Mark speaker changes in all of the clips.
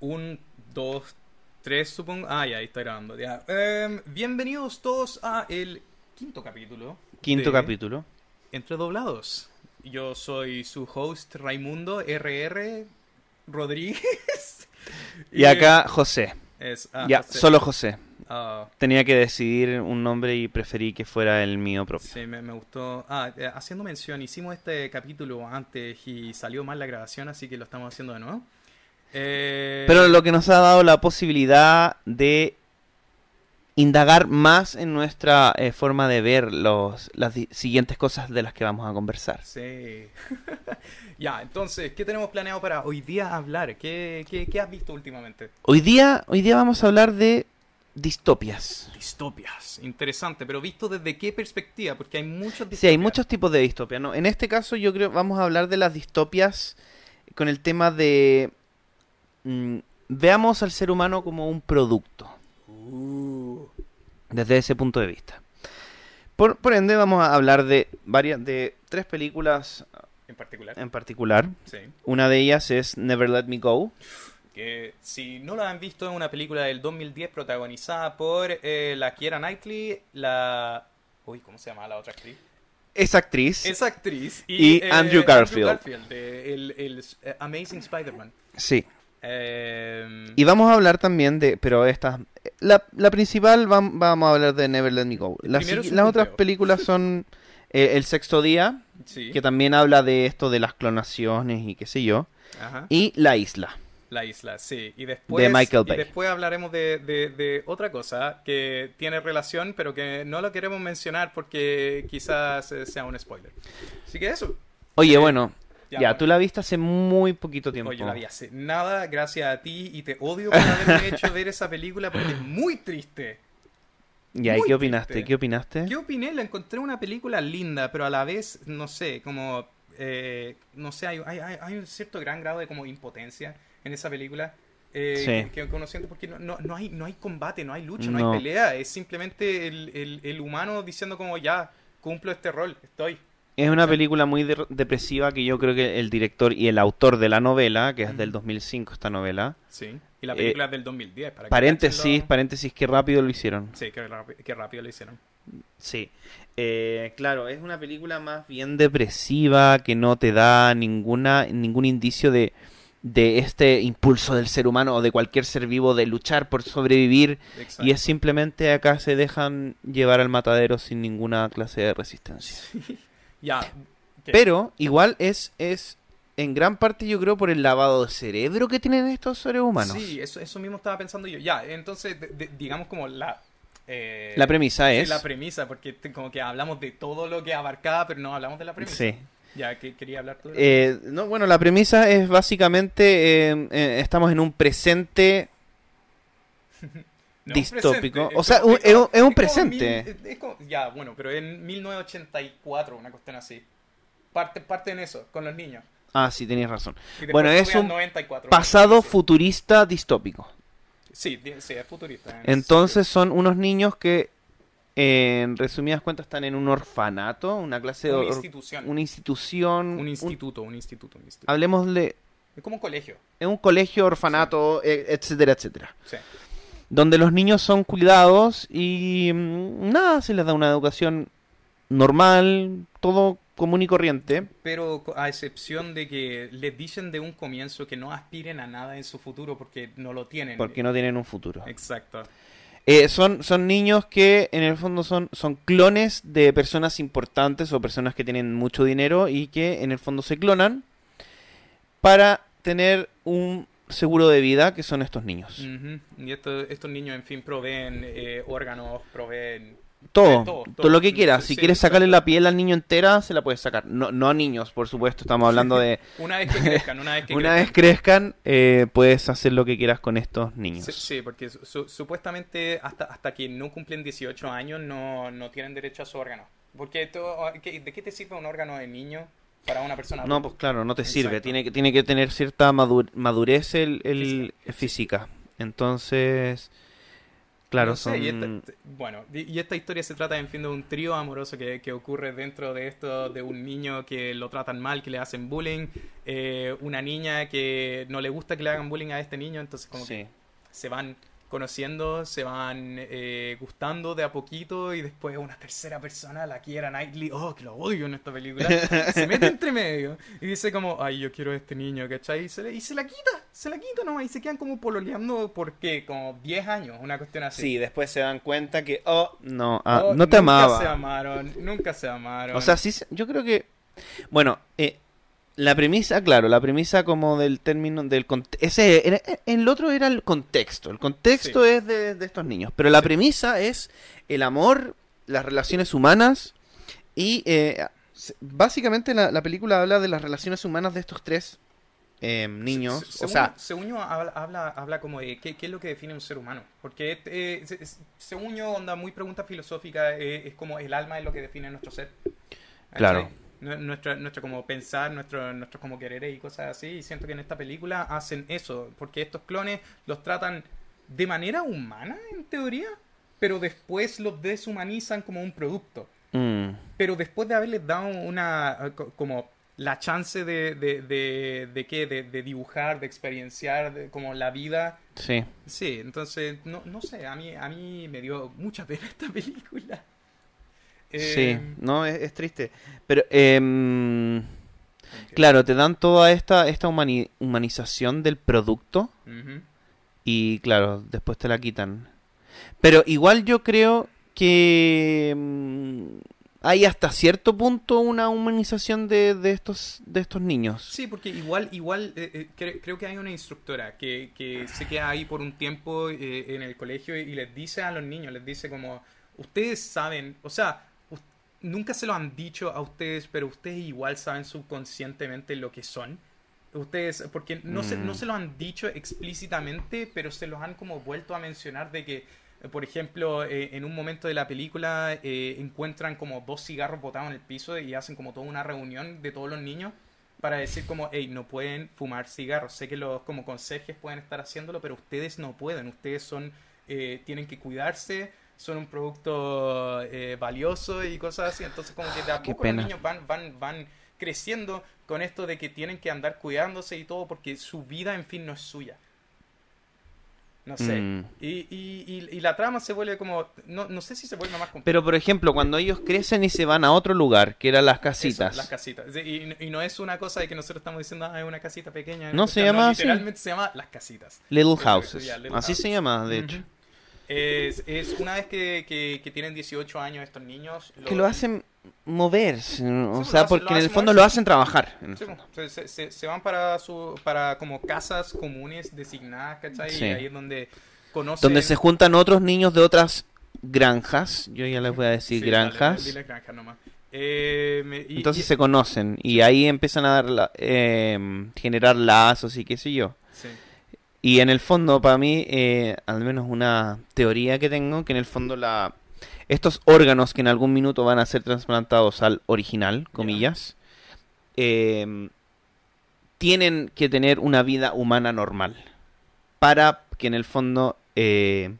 Speaker 1: Un, dos, tres, supongo. Ah, ya, ahí está grabando. Ya. Em, bienvenidos todos a el quinto capítulo.
Speaker 2: Quinto
Speaker 1: de
Speaker 2: capítulo.
Speaker 1: Entre Doblados. Yo soy su host Raimundo RR Rodríguez.
Speaker 2: Y acá José.
Speaker 1: Es, ah,
Speaker 2: ya,
Speaker 1: José.
Speaker 2: solo José.
Speaker 1: Ah,
Speaker 2: Tenía que decidir un nombre y preferí que fuera el mío propio.
Speaker 1: Sí, me, me gustó. Ah, eh, haciendo mención, hicimos este capítulo antes y salió mal la grabación, así que lo estamos haciendo de nuevo. Eh,
Speaker 2: Pero lo que nos ha dado la posibilidad de indagar más en nuestra eh, forma de ver los, las di- siguientes cosas de las que vamos a conversar.
Speaker 1: Sí. ya, entonces, ¿qué tenemos planeado para hoy día hablar? ¿Qué, qué- qué has visto últimamente?
Speaker 2: Hoy día, hoy día vamos a hablar de distopias.
Speaker 1: Distopias. Interesante, pero visto desde qué perspectiva, porque hay muchos
Speaker 2: Sí, hay muchos tipos de distopias, ¿no? En este caso yo creo vamos a hablar de las distopias con el tema de... mm, veamos al ser humano como un producto,
Speaker 1: Uh,
Speaker 2: desde ese punto de vista. Por, por ende vamos a hablar de, varias, de tres películas
Speaker 1: en particular.
Speaker 2: en particular.
Speaker 1: Sí.
Speaker 2: Una de ellas es Never Let Me Go.
Speaker 1: Que si no la han visto, es una película del 2010 protagonizada por eh, la Kiera Knightley, la. Uy, ¿cómo se llama la otra actriz?
Speaker 2: Es actriz.
Speaker 1: Esa actriz. eh,
Speaker 2: Y Andrew Garfield.
Speaker 1: de el, el, eh, Amazing Spider-Man.
Speaker 2: Sí.
Speaker 1: Eh,
Speaker 2: Y vamos a hablar también de... Pero esta... La, la principal vam- vamos a hablar de Never Let Me Go. Las,
Speaker 1: Primero es
Speaker 2: sigui-
Speaker 1: un
Speaker 2: las otras
Speaker 1: conteo.
Speaker 2: películas son eh, El Sexto Día.
Speaker 1: sí.
Speaker 2: que también habla de esto de las clonaciones y qué sé yo.
Speaker 1: Ajá.
Speaker 2: Y La Isla.
Speaker 1: La isla, sí. Y después,
Speaker 2: De Michael Bay.
Speaker 1: Y después hablaremos de, de- de otra cosa que tiene relación, pero que no lo queremos mencionar porque quizás eh, sea un spoiler. Así que eso.
Speaker 2: Oye, bueno, ya,
Speaker 1: bueno.
Speaker 2: tú la viste hace muy poquito tiempo.
Speaker 1: Oye, yo la vi hace nada, gracias a ti, y te odio por haberme hecho ver esa película porque es muy triste.
Speaker 2: Ya, ¿y
Speaker 1: Muy
Speaker 2: qué opinaste?
Speaker 1: triste.
Speaker 2: ¿Qué opinaste?
Speaker 1: ¿Qué opiné? La encontré una película linda, pero a la vez, no sé, como... eh, no sé, hay, hay- hay- hay un cierto gran grado de como impotencia en esa película. eh,
Speaker 2: Sí.
Speaker 1: que, que uno siente porque no, no- no hay, no hay combate, no hay lucha, no,
Speaker 2: No.
Speaker 1: hay pelea. Es simplemente el, el- el humano diciendo como ya, cumplo este rol, estoy.
Speaker 2: Es una película muy de- depresiva que yo creo que el director y el autor de la novela, que es del
Speaker 1: Ujú.
Speaker 2: 2005 esta novela,
Speaker 1: Sí. Y la
Speaker 2: Eh,
Speaker 1: película es del 2010. Para que
Speaker 2: paréntesis,
Speaker 1: cachen lo-
Speaker 2: paréntesis, qué rápido lo hicieron.
Speaker 1: Sí, qué, rápido- qué rápido lo hicieron.
Speaker 2: Sí. Eh, claro, es una película más bien depresiva que no te da ninguna, ningún indicio de, de este impulso del ser humano o de cualquier ser vivo de luchar por sobrevivir
Speaker 1: Exacto.
Speaker 2: y es simplemente acá se dejan llevar al matadero sin ninguna clase de resistencia.
Speaker 1: Ya. ¿qué?
Speaker 2: Pero igual es, es en gran parte yo creo por el lavado de cerebro que tienen estos seres humanos.
Speaker 1: Sí, eso, eso mismo estaba pensando yo. Ya, entonces, de- de- digamos como la... eh,
Speaker 2: La premisa
Speaker 1: sí,
Speaker 2: Ah, es...
Speaker 1: la premisa, porque te- como que hablamos de todo lo que abarcaba, pero no hablamos de la premisa.
Speaker 2: Sí.
Speaker 1: Ya, que quería hablar tú. de la-
Speaker 2: Eh, no, bueno, la premisa es básicamente eh, eh, estamos en un presente
Speaker 1: No, es un
Speaker 2: distópico.
Speaker 1: presente,
Speaker 2: O
Speaker 1: es
Speaker 2: sea,
Speaker 1: como-
Speaker 2: un- es un- es un
Speaker 1: como
Speaker 2: presente.
Speaker 1: mil- es como- ya, bueno, pero en 1984, una cuestión así. Parte, parte en eso, con los niños.
Speaker 2: Ah, sí, tenías razón.
Speaker 1: Y después
Speaker 2: Bueno, es
Speaker 1: sube al
Speaker 2: un
Speaker 1: 94, una
Speaker 2: Pasado
Speaker 1: cuestión
Speaker 2: futurista distópico.
Speaker 1: así. Sí, di- sí, es futurista. en ese
Speaker 2: Entonces son unos niños que, eh, en resumidas cuentas, están en un orfanato, una clase de...
Speaker 1: sentido. Una
Speaker 2: eh, or-
Speaker 1: institución.
Speaker 2: una institución...
Speaker 1: un
Speaker 2: un-
Speaker 1: instituto, un instituto, un instituto.
Speaker 2: hablemosle...
Speaker 1: Es como un colegio.
Speaker 2: Es un colegio, orfanato, e- etcétera, etcétera.
Speaker 1: Sí.
Speaker 2: Donde los niños son cuidados y... mm, Nada, se les da una educación normal, todo común y corriente.
Speaker 1: Pero co- a excepción de que les dicen de un comienzo que no aspiren a nada en su futuro porque no lo tienen.
Speaker 2: Porque no tienen un futuro.
Speaker 1: Exacto.
Speaker 2: Eh, son, son niños que en el fondo son, son clones de personas importantes o personas que tienen mucho dinero y que en el fondo se clonan para tener un seguro de vida que son estos niños.
Speaker 1: Ujú. Y esto- estos niños, en fin, proveen eh, órganos, proveen... todo,
Speaker 2: Todo, todo,
Speaker 1: todo.
Speaker 2: lo que quieras.
Speaker 1: Sí,
Speaker 2: si
Speaker 1: sí,
Speaker 2: quieres
Speaker 1: exacto.
Speaker 2: sacarle la piel al niño entera, se la puedes sacar. No, no a niños, por supuesto, estamos hablando de
Speaker 1: Una vez que crezcan, una vez que
Speaker 2: una vez
Speaker 1: crezcan.
Speaker 2: crezcan, eh, puedes hacer lo que quieras con estos niños.
Speaker 1: Sí, sí, porque su- su- supuestamente hasta, hasta que no cumplen 18 años no, no tienen derecho a su órgano. Porque todo- ¿qué- ¿de qué te sirve un órgano de niño para una persona?
Speaker 2: No, pues claro, no te sirve.
Speaker 1: Exacto.
Speaker 2: Tiene que, tiene que tener cierta madu- madurez el, el- física. Entonces, Claro,
Speaker 1: No sé,
Speaker 2: son...
Speaker 1: y esta- bueno, y y esta historia se trata, en fin, de un trío amoroso que, que ocurre dentro de esto, de un niño que lo tratan mal, que le hacen bullying, eh, una niña que no le gusta que le hagan bullying a este niño, entonces como que
Speaker 2: Sí.
Speaker 1: se van conociendo, se van eh, gustando de a poquito y después una tercera persona, la Kiera Knightley, oh, que lo odio en esta película, se mete entre medio y dice como, ay, yo quiero a este niño, ¿cachai? Y se, le- y se la quita, se la quita nomás y se quedan como pololeando, ¿por qué? Como 10 años, una cuestión así.
Speaker 2: Sí, después se dan cuenta que, oh, no, ah,
Speaker 1: Oh,
Speaker 2: no te amaba.
Speaker 1: Nunca se amaron, nunca se amaron.
Speaker 2: O sea, sí, se- yo creo que. Bueno, eh, la premisa, claro, la premisa como del término. del cont- ese era- El otro era el contexto. El contexto es de, de estos niños. Pero la premisa es el amor, las relaciones humanas y. eh, se- básicamente la, la película habla de las relaciones humanas de estos tres eh, niños.
Speaker 1: Se- se-
Speaker 2: o sea,
Speaker 1: según yo, según yo, habla, habla, habla como de qué, qué es lo que define un ser humano. Porque eh, se- se- según yo, onda muy pregunta filosófica, eh, es como el alma es lo que define nuestro ser. ¿Cachai?
Speaker 2: Claro.
Speaker 1: Nu- Nuestra, nuestro como pensar, nuestro, nuestros como quereres y cosas así. Y siento que en esta película hacen eso, porque estos clones los tratan de manera humana, en teoría, pero después los deshumanizan como un producto.
Speaker 2: mm,
Speaker 1: Pero después de haberles dado una. eh, co- como la chance de. de, de, de qué? De, de dibujar, de experienciar, de- como la vida.
Speaker 2: sí.
Speaker 1: Sí, entonces, no, no sé, a mí, a mí me dio mucha pena esta película.
Speaker 2: Sí,
Speaker 1: Eh,
Speaker 2: no, es, es triste. Pero, em, claro, te dan toda esta, esta humani- humanización del producto
Speaker 1: ujú.
Speaker 2: y, claro, después te la quitan. Pero igual yo creo que em, hay hasta cierto punto una humanización de, de estos, de estos niños.
Speaker 1: Sí, porque igual, igual eh, eh, cre- creo que hay una instructora que, que se queda ahí por un tiempo eh, en el colegio y les dice a los niños, les dice como, ustedes saben, o sea, us- nunca se lo han dicho a ustedes, pero ustedes igual saben subconscientemente lo que son. Ustedes, porque no, se, no
Speaker 2: Mm.
Speaker 1: se lo han dicho explícitamente, pero se los han como vuelto a mencionar de que, eh, por ejemplo, eh, en un momento de la película eh, encuentran como dos cigarros botados en el piso y hacen como toda una reunión de todos los niños para decir como, hey, no pueden fumar cigarros. Sé que los como conserjes pueden estar haciéndolo, pero ustedes no pueden. Ustedes son, eh, tienen que cuidarse, son un producto eh, valioso y cosas así. Entonces como que de a
Speaker 2: Ah, qué
Speaker 1: poco los
Speaker 2: pena.
Speaker 1: niños van, van, van creciendo con esto de que tienen que andar cuidándose y todo porque su vida, en fin, no es suya. No sé.
Speaker 2: Mm.
Speaker 1: Y, y, y, y la trama se vuelve como, no, no sé si se vuelve más compleja.
Speaker 2: Pero, por ejemplo, cuando ellos crecen y se van a otro lugar, que eran las
Speaker 1: Eso,
Speaker 2: casitas.
Speaker 1: las casitas. Sí, Y, y no es una cosa de que nosotros estamos diciendo, ah, es una casita pequeña.
Speaker 2: No, se
Speaker 1: O sea,
Speaker 2: llama así.
Speaker 1: Literalmente se llama Las Casitas.
Speaker 2: Little
Speaker 1: Eso, eso,
Speaker 2: Houses.
Speaker 1: ya, Little
Speaker 2: Así se
Speaker 1: Houses.
Speaker 2: llama, de hecho.
Speaker 1: Ujú. Es, es una vez que, que, que tienen 18 años estos niños.
Speaker 2: que lo hacen moverse,
Speaker 1: lo
Speaker 2: o
Speaker 1: hacen-
Speaker 2: sea,
Speaker 1: lo
Speaker 2: porque en el
Speaker 1: hacen
Speaker 2: fondo
Speaker 1: moverse.
Speaker 2: lo hacen trabajar. en el
Speaker 1: Sí,
Speaker 2: fondo.
Speaker 1: pues, se, se- se van para su para como casas comunes designadas, ¿cachai?
Speaker 2: Sí.
Speaker 1: Y ahí es donde conocen.
Speaker 2: Donde se juntan otros niños de otras granjas, yo ya les voy a
Speaker 1: Sí, dale,
Speaker 2: decir granjas,
Speaker 1: dile granjas nomás. Eh, me- y-
Speaker 2: entonces
Speaker 1: y-
Speaker 2: se conocen y ahí empiezan a dar la- em, generar lazos y qué sé yo.
Speaker 1: sí.
Speaker 2: Y en el fondo, para mí, eh, al menos una teoría que tengo, que en el fondo la estos órganos que en algún minuto van a ser trasplantados al original, comillas, eh, tienen que tener una vida humana normal. Para que en el fondo eh,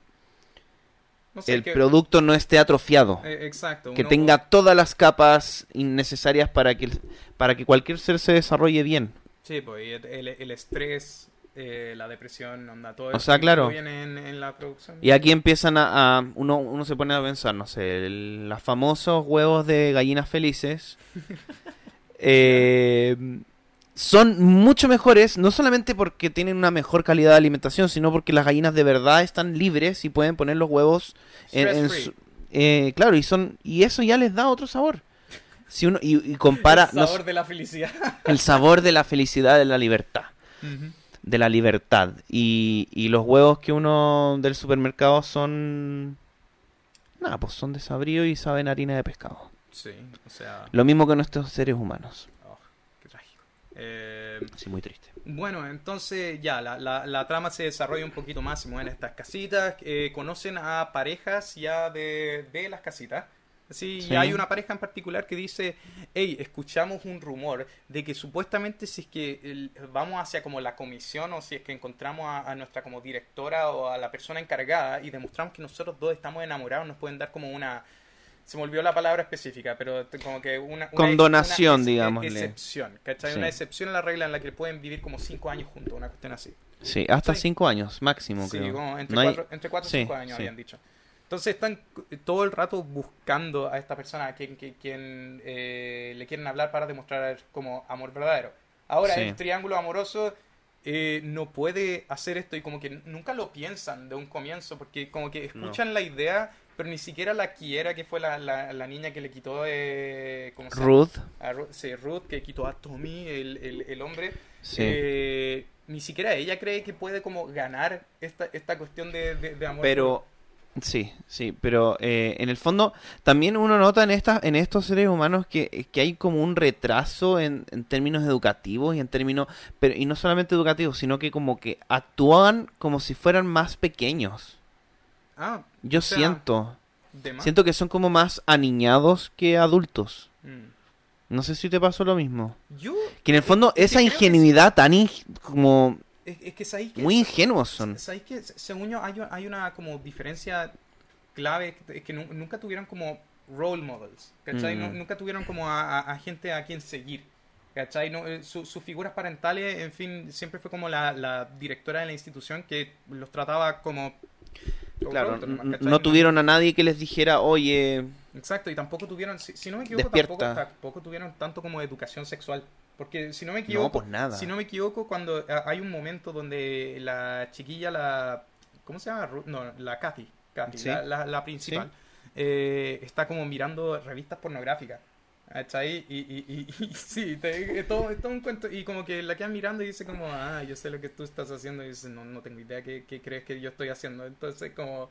Speaker 1: No sé,
Speaker 2: el
Speaker 1: que-
Speaker 2: producto no esté atrofiado.
Speaker 1: eh, exacto.
Speaker 2: Que
Speaker 1: uno-
Speaker 2: tenga todas las capas innecesarias para que, para que cualquier ser se desarrolle bien.
Speaker 1: Sí, pues y el, el estrés, eh, la depresión, onda, todo
Speaker 2: O sea, claro.
Speaker 1: viene en, en la producción.
Speaker 2: Y aquí empiezan a... a- uno, uno se pone a pensar, no sé, el- los famosos huevos de gallinas felices eh, son mucho mejores, no solamente porque tienen una mejor calidad de alimentación, sino porque las gallinas de verdad están libres y pueden poner los huevos en, en
Speaker 1: Stress-free.
Speaker 2: su- eh, claro, y son y eso ya les da otro sabor. Si uno y, y compara
Speaker 1: El
Speaker 2: no sé,
Speaker 1: sabor de la felicidad.
Speaker 2: el sabor de la felicidad, de la libertad
Speaker 1: Ujú.
Speaker 2: de la libertad. Y, y los huevos que uno del supermercado son. Nada, pues son desabridos y saben a harina de pescado.
Speaker 1: Sí, o sea,
Speaker 2: Lo mismo que nuestros seres humanos.
Speaker 1: oh, qué trágico. Eh,
Speaker 2: Sí, muy triste.
Speaker 1: Bueno, entonces ya, la, la- la trama se desarrolla un poquito más, se mueven estas casitas, eh, conocen a parejas ya de, de las casitas, Sí,
Speaker 2: Sí.
Speaker 1: y hay una pareja en particular que dice, hey, escuchamos un rumor de que supuestamente si es que el- vamos hacia como la comisión o si es que encontramos a, a nuestra como directora o a la persona encargada y demostramos que nosotros dos estamos enamorados, nos pueden dar como una... Se me olvidó la palabra específica, pero t- como que una... una-
Speaker 2: Condonación,
Speaker 1: ex-
Speaker 2: digámosle.
Speaker 1: Excepción, ¿cachai?
Speaker 2: Sí.
Speaker 1: Una excepción a la regla en la que pueden vivir como cinco años juntos, una cuestión así.
Speaker 2: Sí, hasta
Speaker 1: Sí.
Speaker 2: 5 años máximo,
Speaker 1: Sí,
Speaker 2: creo.
Speaker 1: como entre
Speaker 2: No hay-
Speaker 1: cuatro, entre cuatro
Speaker 2: sí,
Speaker 1: y cinco años
Speaker 2: sí.
Speaker 1: habían dicho. Entonces están c- todo el rato buscando a esta persona a quien, quien- quien, eh, le quieren hablar para demostrar como amor verdadero. Ahora
Speaker 2: Sí.
Speaker 1: el triángulo amoroso eh, no puede hacer esto y como que nunca lo piensan de un comienzo porque como que escuchan la idea pero ni siquiera la quiera que fue la, la- la niña que le quitó eh, ¿cómo se llama?
Speaker 2: Ruth,
Speaker 1: a Ru- sí, Ruth que quitó a Tommy el- el- el hombre
Speaker 2: sí.
Speaker 1: eh, ni siquiera ella cree que puede como ganar esta, esta cuestión de, de- de amor.
Speaker 2: Pero sí, sí, pero eh, en el fondo también uno nota en estas en estos seres humanos que, que hay como un retraso en, en términos educativos y en términos pero y no solamente educativos, sino que como que actúan como si fueran más pequeños.
Speaker 1: Ah,
Speaker 2: Yo
Speaker 1: O sea,
Speaker 2: siento,
Speaker 1: de más.
Speaker 2: siento que son como más aniñados que adultos.
Speaker 1: Mm.
Speaker 2: No sé si te pasó lo mismo.
Speaker 1: Yo,
Speaker 2: Que en el fondo
Speaker 1: Es que
Speaker 2: esa
Speaker 1: creo que sí.
Speaker 2: ingenuidad tan ing- como
Speaker 1: es, es que sabéis que,
Speaker 2: muy ingenuos son.
Speaker 1: sabéis que se- según yo hay, hay una como diferencia clave, es que nu- nunca tuvieron como role models, ¿cachai?
Speaker 2: Mm.
Speaker 1: Nu- nunca tuvieron como a, a- a gente a quien seguir. ¿Cachai? No, eh, su- sus figuras parentales, en fin, siempre fue como la, la directora de la institución que los trataba como... como
Speaker 2: Claro,
Speaker 1: productos
Speaker 2: n-
Speaker 1: nomás,
Speaker 2: n-
Speaker 1: ¿cachai?
Speaker 2: no tuvieron a nadie que les dijera, "Oye,
Speaker 1: Exacto, y tampoco tuvieron, si, si no me equivoco, tampoco,
Speaker 2: Despierta.
Speaker 1: tampoco tuvieron tanto como educación sexual. Porque si no me equivoco,
Speaker 2: no, pues nada."
Speaker 1: si no me equivoco, cuando a- hay un momento donde la chiquilla, la, ¿cómo se llama? Ru- No, la Kathy, Kathy,
Speaker 2: Sí.
Speaker 1: la, la- la principal, eh, está como mirando revistas pornográficas. ¿Cachai? Y, y, y, y sí, te- es todo, es todo un cuento. Y como que la quedan mirando y dice como, ah, yo sé lo que tú estás haciendo. Y dice, no, no tengo idea qué, qué crees que yo estoy haciendo. Entonces como,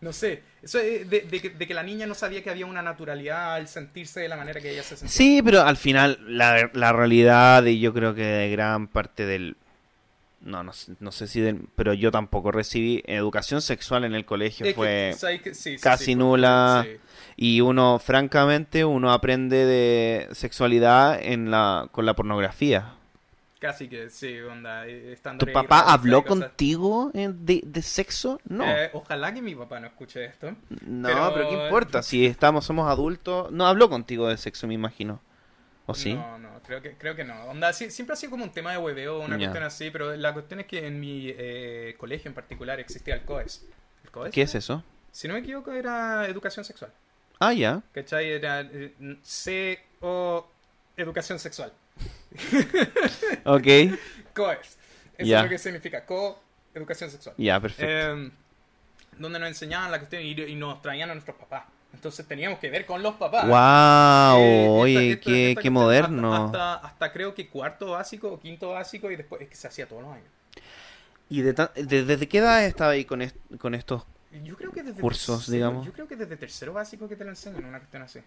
Speaker 1: no sé, eso es de, de que, de que la niña no sabía que había una naturalidad al sentirse de la manera que ella se sentía.
Speaker 2: Sí, pero al final la, la realidad y yo creo que de gran parte del... No, no, sé- no sé si del... Pero yo tampoco recibí educación sexual en el colegio.
Speaker 1: Es que,
Speaker 2: fue
Speaker 1: ¿sabes qué? Sí, sí,
Speaker 2: casi
Speaker 1: sí, fue-
Speaker 2: nula.
Speaker 1: sí.
Speaker 2: Y uno, francamente, uno aprende de sexualidad en la, con la pornografía.
Speaker 1: Casi que sí, onda. eh,
Speaker 2: ¿Tu
Speaker 1: estándares
Speaker 2: papá
Speaker 1: irreales,
Speaker 2: habló
Speaker 1: cosas.
Speaker 2: contigo eh, de, de sexo? No.
Speaker 1: Eh, ojalá que mi papá no escuche esto.
Speaker 2: no, pero...
Speaker 1: pero-
Speaker 2: ¿qué importa? Si estamos, somos adultos... No habló contigo de sexo, me imagino. ¿O sí?
Speaker 1: No, no, creo que, creo que no. Onda, sí, siempre ha sido como un tema de hueveo, una
Speaker 2: Ya.
Speaker 1: cuestión así, pero la cuestión es que en mi eh, colegio en particular existía el COES. ¿El COES?
Speaker 2: ¿Qué es eso?
Speaker 1: Si no me equivoco, era educación sexual.
Speaker 2: Ah, ya.
Speaker 1: ¿Cachai? Era eh, C o educación sexual.
Speaker 2: Ok.
Speaker 1: COES. Eso
Speaker 2: Ya.
Speaker 1: es lo que significa CO, educación sexual.
Speaker 2: Ya, perfecto.
Speaker 1: Eh, donde nos enseñaban la cuestión y, y nos traían a nuestros papás. Entonces teníamos que ver con los papás.
Speaker 2: ¡Wow!
Speaker 1: Eh, esta-
Speaker 2: Ah,
Speaker 1: esta-
Speaker 2: oye, qué,
Speaker 1: esta
Speaker 2: qué
Speaker 1: cuestión
Speaker 2: moderno.
Speaker 1: Hasta, hasta- hasta creo que cuarto básico o quinto básico y después es que se hacía todos los años.
Speaker 2: ¿Y de ta- de- desde qué edad estaba ahí con, est- con estos?
Speaker 1: Yo creo que desde
Speaker 2: Cursos,
Speaker 1: tercero-
Speaker 2: digamos.
Speaker 1: Yo creo que desde tercero básico que te lo enseñan, una cuestión así.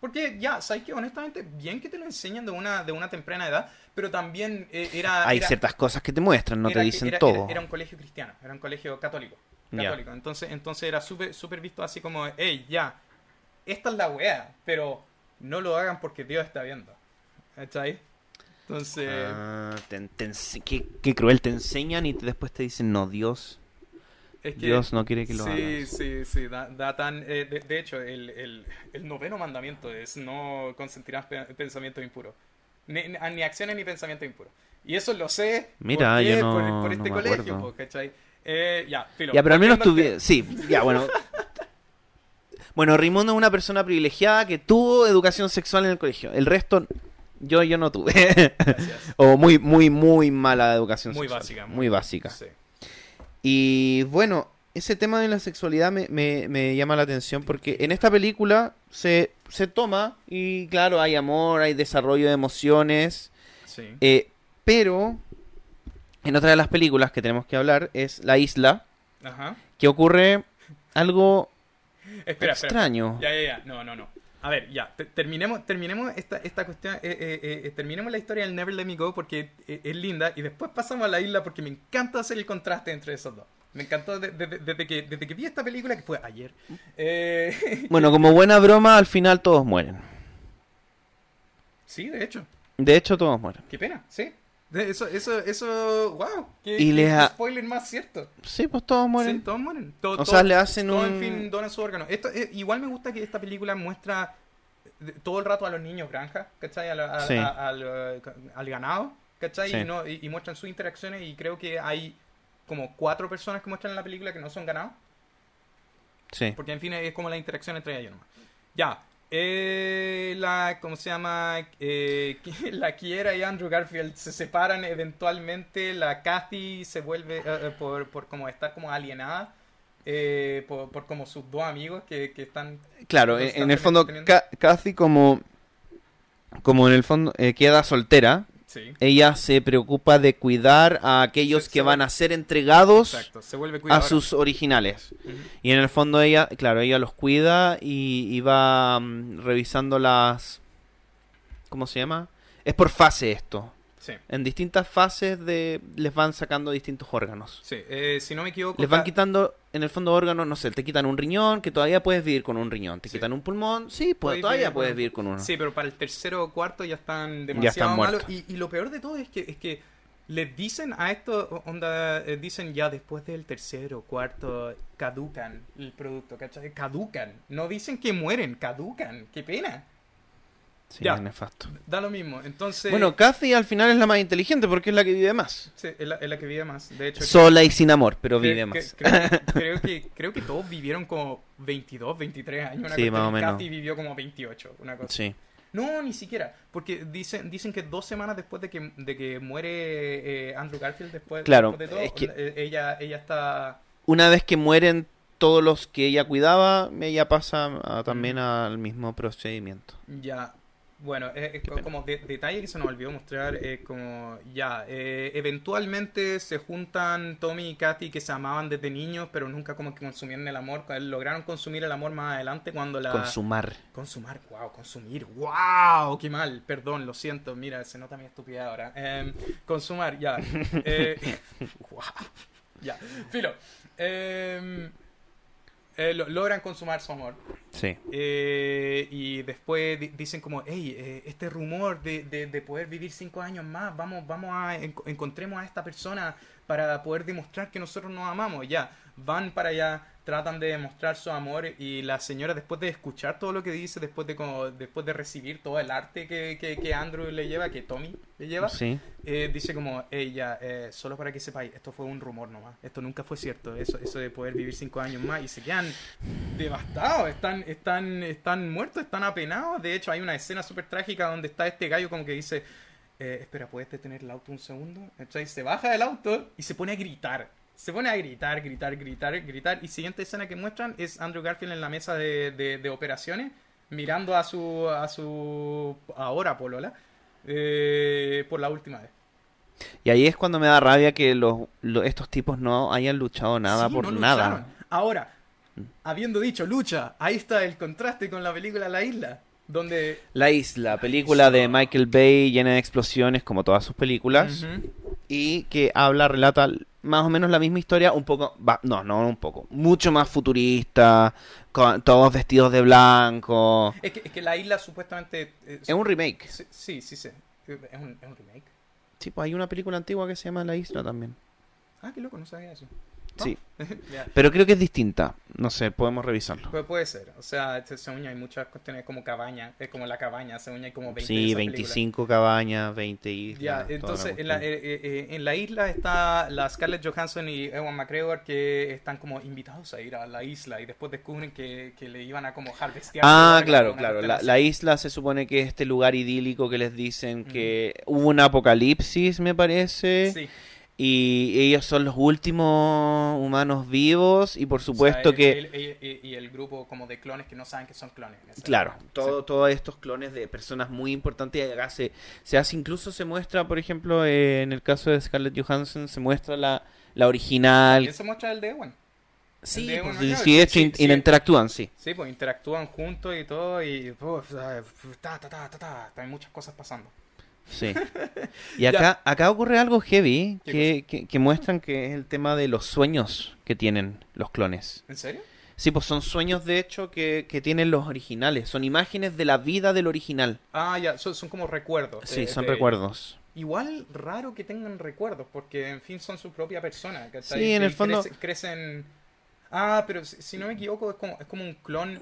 Speaker 1: Porque ya, sabes que honestamente, bien que te lo enseñan de una, de una temprana edad, pero también eh, era.
Speaker 2: Hay
Speaker 1: era-
Speaker 2: ciertas cosas que te muestran, no
Speaker 1: era
Speaker 2: te
Speaker 1: que-
Speaker 2: dicen
Speaker 1: era-
Speaker 2: todo.
Speaker 1: Era, era un colegio cristiano, era un colegio católico.
Speaker 2: Ya.
Speaker 1: católico. Entonces, entonces era súper súper visto así como, hey, ya, esta es la weá, pero no lo hagan porque Dios está viendo. ¿Cachai? Entonces,
Speaker 2: Ah, te- te ense- qué, qué cruel, te enseñan y te- después te dicen, no, Dios,
Speaker 1: es que...
Speaker 2: Dios no quiere que lo
Speaker 1: Sí,
Speaker 2: hagas.
Speaker 1: sí, sí, da, da tan... eh, de, de hecho, el, el- el noveno mandamiento es no consentirás pe- pensamientos impuros. Ni, ni- ni acciones ni pensamientos impuros. Y eso lo sé
Speaker 2: Mira,
Speaker 1: ¿por
Speaker 2: yo
Speaker 1: qué?
Speaker 2: no-
Speaker 1: por, por
Speaker 2: no
Speaker 1: este
Speaker 2: me
Speaker 1: colegio,
Speaker 2: acuerdo.
Speaker 1: po, ¿cachai? Eh, ya, filo,
Speaker 2: Ya, pero al menos
Speaker 1: volviendo al
Speaker 2: tuvi- Sí, ya, bueno. Bueno, Raimundo es una persona privilegiada que tuvo educación sexual en el colegio. El resto, yo, yo no tuve.
Speaker 1: tema. Gracias.
Speaker 2: o muy, muy, muy mala educación
Speaker 1: Muy
Speaker 2: sexual.
Speaker 1: básica, muy-
Speaker 2: Muy básica.
Speaker 1: Sí.
Speaker 2: Y bueno, ese tema de la sexualidad me, me- me llama la atención porque en esta película se, se toma y claro, hay amor, hay desarrollo de emociones,
Speaker 1: Sí.
Speaker 2: eh, pero en otra de las películas que tenemos que hablar es La Isla,
Speaker 1: Ajá.
Speaker 2: que ocurre algo
Speaker 1: Espera, espera.
Speaker 2: extraño.
Speaker 1: Ya, ya, ya. No, no, no. A ver, ya. te- terminemos terminemos esta, esta cuestión. eh, eh, eh, eh, terminemos la historia del Never Let Me Go porque eh, es linda. Y después pasamos a la isla porque me encanta hacer el contraste entre esos dos. Me encantó de- de- de- desde, que, desde que vi esta película, que fue ayer. Eh,
Speaker 2: Bueno, como buena broma, al final todos mueren.
Speaker 1: sí, de hecho.
Speaker 2: De hecho, todos mueren.
Speaker 1: Qué pena, sí. De- Eso, eso, eso, wow. Qué,
Speaker 2: Y
Speaker 1: qué-
Speaker 2: les
Speaker 1: qué
Speaker 2: ha-
Speaker 1: spoiler más cierto.
Speaker 2: Sí, pues todos mueren.
Speaker 1: Sí, todos mueren. To-
Speaker 2: o
Speaker 1: todos-
Speaker 2: sea, le hacen
Speaker 1: todos,
Speaker 2: un...
Speaker 1: en fin, donan su órgano. Esto, eh, igual me gusta que esta película muestra de- todo el rato a los niños granja, ¿cachai? A la- a-
Speaker 2: Sí.
Speaker 1: a- al, eh, al ganado, ¿cachai?
Speaker 2: Sí.
Speaker 1: Y, no- y- y muestran sus interacciones y creo que hay como cuatro personas que muestran en la película que no son ganados.
Speaker 2: Sí.
Speaker 1: Porque en fin es como la interacción entre ellos nomás. Ya. Eh, la, ¿cómo se llama? Eh, que la Kiera y Andrew Garfield se separan eventualmente. La Kathy se vuelve eh, eh, por, por como estar como alienada. eh, por, por como sus dos amigos que, que están...
Speaker 2: Claro, en- en, el fondo,
Speaker 1: Constantemente
Speaker 2: ca- casi como... Como en el fondo eh, queda soltera,
Speaker 1: Sí.
Speaker 2: ella se preocupa de cuidar a aquellos
Speaker 1: Se-
Speaker 2: que
Speaker 1: se
Speaker 2: van
Speaker 1: vuelve-
Speaker 2: a ser entregados
Speaker 1: Exacto. Se vuelve
Speaker 2: a
Speaker 1: cuidadora.
Speaker 2: sus originales.
Speaker 1: Ujú.
Speaker 2: Y en el fondo ella, claro, ella los cuida y, y va mm, revisando las... ¿Cómo se llama? Es por fase esto.
Speaker 1: Sí.
Speaker 2: En distintas fases de les van sacando distintos órganos.
Speaker 1: Sí. Eh, si no me equivoco...
Speaker 2: Les van
Speaker 1: Ka-
Speaker 2: quitando, en el fondo, órganos, no sé, te quitan un riñón, que todavía puedes vivir con un riñón. Te
Speaker 1: Sí.
Speaker 2: quitan un pulmón, sí, pues,
Speaker 1: Puedes
Speaker 2: todavía
Speaker 1: vivir con-
Speaker 2: puedes vivir con uno.
Speaker 1: Sí, pero para el tercero o cuarto ya están demasiado
Speaker 2: están
Speaker 1: malos.
Speaker 2: muertos.
Speaker 1: Y, y lo peor de todo es que, es que les dicen a esto, onda, eh, dicen ya después del tercero o cuarto, caducan el producto, ¿cachai? Caducan. No dicen que mueren, caducan. Qué pena.
Speaker 2: Sí,
Speaker 1: Ya.
Speaker 2: es nefasto.
Speaker 1: Da lo mismo. Entonces,
Speaker 2: Bueno, Kathy al final es la más inteligente porque es la que vive más.
Speaker 1: sí, es, la, es la que vive más. De hecho,
Speaker 2: Sola y sin amor, pero
Speaker 1: creo- cre-
Speaker 2: vive más.
Speaker 1: Creo, que- creo que, creo que todos vivieron como 22, 23 años. Una
Speaker 2: Sí,
Speaker 1: cuestión.
Speaker 2: más o menos.
Speaker 1: Kathy vivió como 28, una cosa.
Speaker 2: Sí.
Speaker 1: No, ni siquiera. Porque dicen, dicen que dos semanas después de que, de que muere eh, Andrew Garfield, después,
Speaker 2: Claro,
Speaker 1: después de todo,
Speaker 2: es que-
Speaker 1: eh, ella, ella está.
Speaker 2: Una vez que mueren todos los que ella cuidaba, ella pasa
Speaker 1: Mm.
Speaker 2: a- también al mismo procedimiento.
Speaker 1: Ya. Bueno, es, es
Speaker 2: Qué pena.
Speaker 1: como de- detalle que se nos olvidó mostrar, es como ya, eh, eventualmente se juntan Tommy y Katy que se amaban desde niños, pero nunca como que consumieron el amor, lograron consumir el amor más adelante cuando la...
Speaker 2: Consumar.
Speaker 1: Consumar, wow, consumir, wow, qué mal, perdón, lo siento, mira, se nota mi estupidez ahora. Em, consumar, ya. Eh, wow, ya, filo. Em, eh, lo- logran consumar su amor.
Speaker 2: Sí.
Speaker 1: Eh, y después di- dicen como, hey, eh, este rumor de, de- de poder vivir cinco años más, vamos, vamos a, en- encontremos a esta persona para poder demostrar que nosotros nos amamos. Ya, van para allá, tratan de demostrar su amor y la señora después de escuchar todo lo que dice, después de, como, después de recibir todo el arte que, que, que Andrew le lleva, que Tommy le lleva,
Speaker 2: Sí.
Speaker 1: eh, dice como, ella, solo para que sepáis, esto fue un rumor nomás, esto nunca fue cierto, eso, eso de poder vivir cinco años más, y se quedan devastados, están, están, están muertos, están apenados, de hecho hay una escena súper trágica donde está este gallo como que dice, eh, espera, ¿puedes detener el auto un segundo? Entonces se baja del auto y se pone a gritar, se pone a gritar, gritar, gritar, gritar, y siguiente escena que muestran es Andrew Garfield en la mesa de, de- de operaciones, mirando a su, a su ahora Polola. eh, por la última vez.
Speaker 2: Y ahí es cuando me da rabia que los, lo- estos tipos no hayan luchado nada
Speaker 1: Sí, no
Speaker 2: por nada.
Speaker 1: lucharon. Ahora, habiendo dicho lucha, ahí está el contraste con la película La Isla, donde...
Speaker 2: La Isla, película de Michael Bay llena de explosiones como todas sus películas
Speaker 1: Ujú.
Speaker 2: y que habla, relata más o menos la misma historia, un poco, va- no, no un poco, mucho más futurista, con, todos vestidos de blanco.
Speaker 1: es, que, es que La Isla supuestamente... eh,
Speaker 2: Es un remake.
Speaker 1: Sí, sí, sí. sé. Es un, es un remake.
Speaker 2: Sí, pues hay una película antigua que se llama La Isla también.
Speaker 1: Ah, qué loco, no sabía eso.
Speaker 2: Sí,
Speaker 1: Ya.
Speaker 2: pero creo que es distinta. No sé, podemos revisarlo.
Speaker 1: Pu- puede ser, o sea, este, se, se uña hay muchas cuestiones como cabaña, es como la cabaña, se uña hay como 20 de
Speaker 2: Sí,
Speaker 1: esas películas.
Speaker 2: 25 cabañas, 20 islas.
Speaker 1: Ya,
Speaker 2: toda la
Speaker 1: entonces en
Speaker 2: cuestión.
Speaker 1: la, eh, eh, eh, en la isla está la Scarlett Johansson y Ewan McGregor que están como invitados a ir a la isla y después descubren que, que le iban a como harvestear.
Speaker 2: Ah,
Speaker 1: órganos,
Speaker 2: claro,
Speaker 1: una
Speaker 2: claro.
Speaker 1: cuestión
Speaker 2: La,
Speaker 1: así.
Speaker 2: la isla se supone que es este lugar idílico que les dicen que hubo un apocalipsis, me parece,
Speaker 1: Sí,
Speaker 2: y ellos son los últimos humanos vivos y por supuesto
Speaker 1: o sea, eh,
Speaker 2: que,
Speaker 1: el- el- el- y el grupo como de clones que no saben que son clones. en esa
Speaker 2: claro,
Speaker 1: época.
Speaker 2: todo, todos estos clones de personas muy importantes y acá se, se hace, incluso se muestra, por ejemplo, eh, en el caso de Scarlett Johansson, se muestra la, la
Speaker 1: Sí.
Speaker 2: original.
Speaker 1: Eso muestra el de Ewan.
Speaker 2: Sí,
Speaker 1: de
Speaker 2: pues,
Speaker 1: Ewan McGregor.
Speaker 2: sí, de hecho,
Speaker 1: Sí,
Speaker 2: in-
Speaker 1: sí.
Speaker 2: interactúan, sí.
Speaker 1: Sí, pues interactúan juntos y todo y... pues, ah, ta, ta, ta, ta, ta, ta, hay muchas cosas pasando.
Speaker 2: Sí. Y acá, acá ocurre algo heavy que, que, que muestran que es el tema de los sueños que tienen los clones.
Speaker 1: ¿En serio?
Speaker 2: Sí, pues son sueños de hecho que, que tienen los originales. Son imágenes de la vida del original.
Speaker 1: Ah, ya, son, son como recuerdos.
Speaker 2: Sí,
Speaker 1: de-
Speaker 2: son
Speaker 1: de-
Speaker 2: recuerdos.
Speaker 1: Igual raro que tengan recuerdos, porque en fin son su propia persona. ¿cachai?
Speaker 2: Sí, en
Speaker 1: Y
Speaker 2: el fondo-
Speaker 1: crece- Crecen. Ah, pero si, si no me equivoco, es como, es como un clon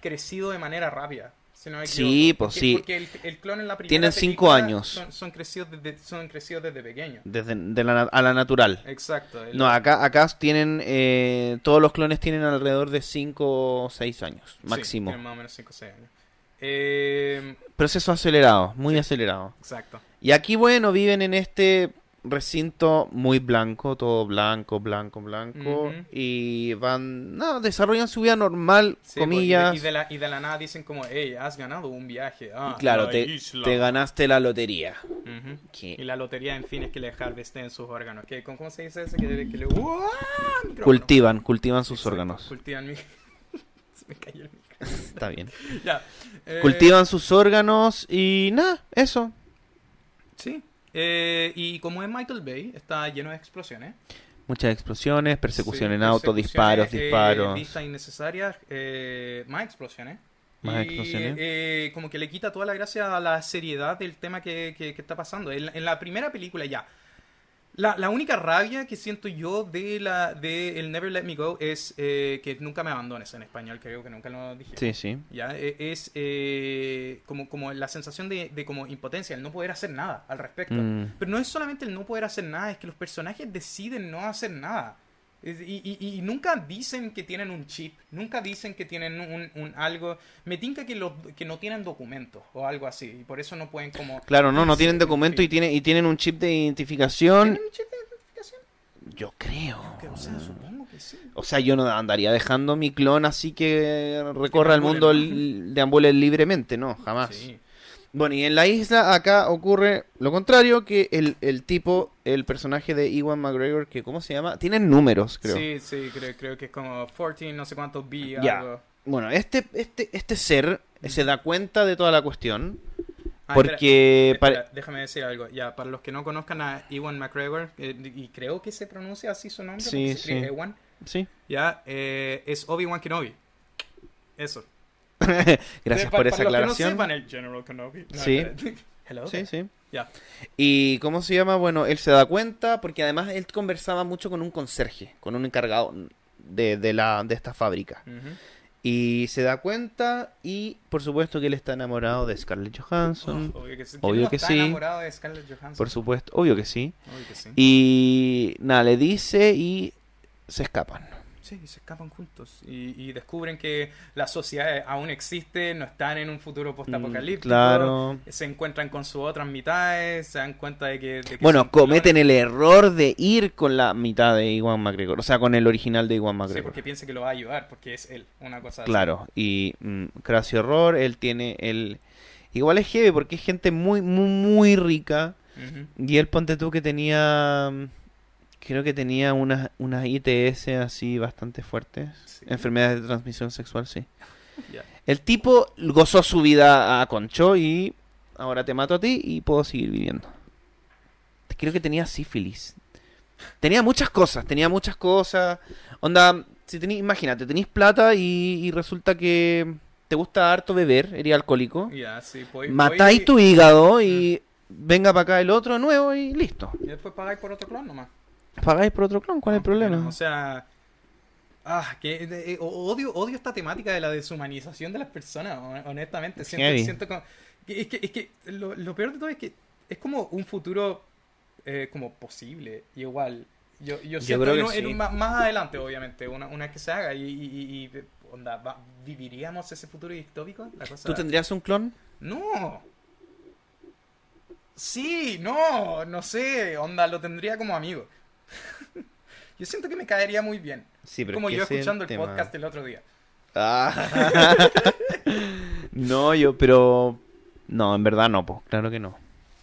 Speaker 1: crecido de manera rápida. Si no me equivoco.
Speaker 2: Sí, pues
Speaker 1: Porque-
Speaker 2: sí.
Speaker 1: Porque el, el clon en la primera.
Speaker 2: Tienen cinco
Speaker 1: película
Speaker 2: años.
Speaker 1: Son, son crecidos desde, son crecidos desde pequeños.
Speaker 2: Desde, de la na- a la natural.
Speaker 1: Exacto. el-
Speaker 2: No, acá, acá tienen. eh, todos los clones tienen alrededor de 5 o 6 años,
Speaker 1: sí,
Speaker 2: máximo.
Speaker 1: tienen más o menos 5 o 6 años. Eh,
Speaker 2: Proceso acelerado, muy acelerado.
Speaker 1: exacto.
Speaker 2: Y aquí, bueno, viven en este recinto muy blanco, todo blanco, blanco, blanco.
Speaker 1: Ujú.
Speaker 2: Y van. No, desarrollan su vida normal,
Speaker 1: Sí, pues, y de-
Speaker 2: comillas.
Speaker 1: Y de, la, y de la nada dicen como, hey, has ganado un viaje. Ah,
Speaker 2: Y claro,
Speaker 1: la
Speaker 2: te,
Speaker 1: isla".
Speaker 2: te ganaste la lotería.
Speaker 1: Ujú.
Speaker 2: Que-
Speaker 1: Y la lotería, en fin, es que le harvesten sus órganos. ¿Qué, ¿Cómo cómo se dice ese? Que, que le... ¡Uah! Micrófono.
Speaker 2: Cultivan, cultivan sus
Speaker 1: Exacto, pues.
Speaker 2: órganos.
Speaker 1: Cultivan mi... se me cayó el micro.
Speaker 2: Está bien.
Speaker 1: Ya. eh,
Speaker 2: Cultivan sus órganos y nada, eso.
Speaker 1: Sí. Eh, y como es Michael Bay, está lleno de explosiones.
Speaker 2: Muchas explosiones, persecución
Speaker 1: Sí,
Speaker 2: en auto, disparos,
Speaker 1: persecuciones, eh,
Speaker 2: disparos.
Speaker 1: vistas innecesarias, eh, más explosiones.
Speaker 2: Más
Speaker 1: Y,
Speaker 2: explosiones.
Speaker 1: eh, como que le quita toda la gracia a la seriedad del tema que, que- que está pasando. En, la- en la primera película ya. La, la única rabia que siento yo de la de el Never Let Me Go es eh, que nunca me abandones en español, creo que nunca lo dije.
Speaker 2: Sí, sí.
Speaker 1: Ya, eh, es eh, como, como la sensación de, de como impotencia, el no poder hacer nada al respecto.
Speaker 2: Mm.
Speaker 1: Pero no es solamente el no poder hacer nada, es que los personajes deciden no hacer nada. Es- Y, y- y nunca dicen que tienen un chip, nunca dicen que tienen un, un algo. Me tinca que, los, que no tienen documentos o algo así, y por eso no pueden como...
Speaker 2: Claro, no, no
Speaker 1: Sí,
Speaker 2: tienen
Speaker 1: en
Speaker 2: documento y
Speaker 1: fin.
Speaker 2: tienen, y tienen un chip de identificación.
Speaker 1: ¿Tienen un chip de identificación?
Speaker 2: Yo creo.
Speaker 1: Que, o sea, supongo que sí.
Speaker 2: O sea, yo no andaría dejando mi clon así que recorra el
Speaker 1: deambule, ¿no?
Speaker 2: mundo, li- deambule libremente, no, jamás.
Speaker 1: Sí.
Speaker 2: Bueno, y en la isla acá ocurre lo contrario, que el, el tipo, el personaje de Iwan McGregor, que ¿cómo se llama? Tienen números, creo.
Speaker 1: sí, sí, creo, creo que es como 14, no sé cuánto B,
Speaker 2: Ya.
Speaker 1: algo. Ah,
Speaker 2: Bueno, este, este, este ser se da cuenta de toda la cuestión.
Speaker 1: Mm. Ah, espera.
Speaker 2: Porque pare-
Speaker 1: Espera, déjame decir algo. Ya, para los que no conozcan a Ewan McGregor, eh, y creo que se pronuncia así su nombre,
Speaker 2: Sí,
Speaker 1: porque se escribe
Speaker 2: sí.
Speaker 1: Ewan,
Speaker 2: sí.
Speaker 1: ya, eh, es Obi-Wan Kenobi. Eso.
Speaker 2: Gracias
Speaker 1: Eh,
Speaker 2: por
Speaker 1: pa-
Speaker 2: esa
Speaker 1: para los que
Speaker 2: aclaración.
Speaker 1: no sepan, el General Kenobi. No,
Speaker 2: Sí.
Speaker 1: espera. Hello.
Speaker 2: Sí, sí.
Speaker 1: Ya.
Speaker 2: ¿Y cómo se llama? Bueno, él se da cuenta porque además él conversaba mucho con un conserje, con un encargado de, de la, de esta fábrica.
Speaker 1: Ujú.
Speaker 2: Y se da cuenta y por supuesto que él está enamorado de Scarlett Johansson.
Speaker 1: Oh, obvio que sí.
Speaker 2: obvio
Speaker 1: ¿Quién no
Speaker 2: que
Speaker 1: está
Speaker 2: sí.
Speaker 1: enamorado de Scarlett Johansson?
Speaker 2: Por supuesto, obvio que sí.
Speaker 1: Obvio que sí.
Speaker 2: Y nada, le dice y se escapan.
Speaker 1: Sí, y se escapan juntos y, y descubren que la sociedad aún existe, no están en un futuro postapocalíptico.
Speaker 2: Mm, Claro.
Speaker 1: Se encuentran con sus otras mitades, se dan cuenta de que. de que son
Speaker 2: Bueno,
Speaker 1: clones.
Speaker 2: cometen el error de ir con la mitad de Iwan McGregor, o sea, con el original de Iwan
Speaker 1: Sí,
Speaker 2: McGregor.
Speaker 1: porque piensa que lo va a ayudar, porque es él, una cosa
Speaker 2: Claro, y mm, crasio error, él tiene el... Igual es heavy porque es gente muy, muy, muy rica.
Speaker 1: así. Ujú.
Speaker 2: Y él ponte tú que tenía... mm, Creo que tenía unas, unas ITS así bastante fuertes.
Speaker 1: Sí.
Speaker 2: Enfermedades de transmisión sexual, sí.
Speaker 1: Ya.
Speaker 2: El tipo gozó su vida a Concho y ahora te mato a ti y puedo seguir viviendo. Creo que tenía sífilis. Tenía muchas cosas, tenía muchas cosas. Onda, si tení, imagínate, tenés plata y, y resulta que te gusta harto beber, eres alcohólico.
Speaker 1: Ya, sí, voy-
Speaker 2: Matáis
Speaker 1: voy-
Speaker 2: tu hígado y
Speaker 1: Mm.
Speaker 2: venga para acá el otro nuevo y listo.
Speaker 1: Y después pagáis por otro clon nomás.
Speaker 2: Pagáis por otro clon, ¿cuál es el problema?
Speaker 1: O sea. Ah, que de- eh, odio, odio esta temática de la deshumanización de las personas, hon- honestamente.
Speaker 2: heavy.
Speaker 1: Siento, siento como- que- es que, es que lo, lo peor de todo es que es como un futuro eh, como posible, y igual. Yo, yo siento
Speaker 2: creo
Speaker 1: en
Speaker 2: que
Speaker 1: un- en
Speaker 2: sí.
Speaker 1: un- más, más adelante, obviamente, una, una vez que se haga. Y, y- y- y, onda, va- ¿viviríamos ese futuro distópico? La cosa...
Speaker 2: ¿Tú tendrías un clon?
Speaker 1: No. Sí, no, no sé, onda, lo tendría como amigo. yo siento que me caería muy bien.
Speaker 2: Sí,
Speaker 1: como yo escuchando el, podcast el otro día.
Speaker 2: Ah. no, yo, pero. No, en verdad no, pues, claro que no.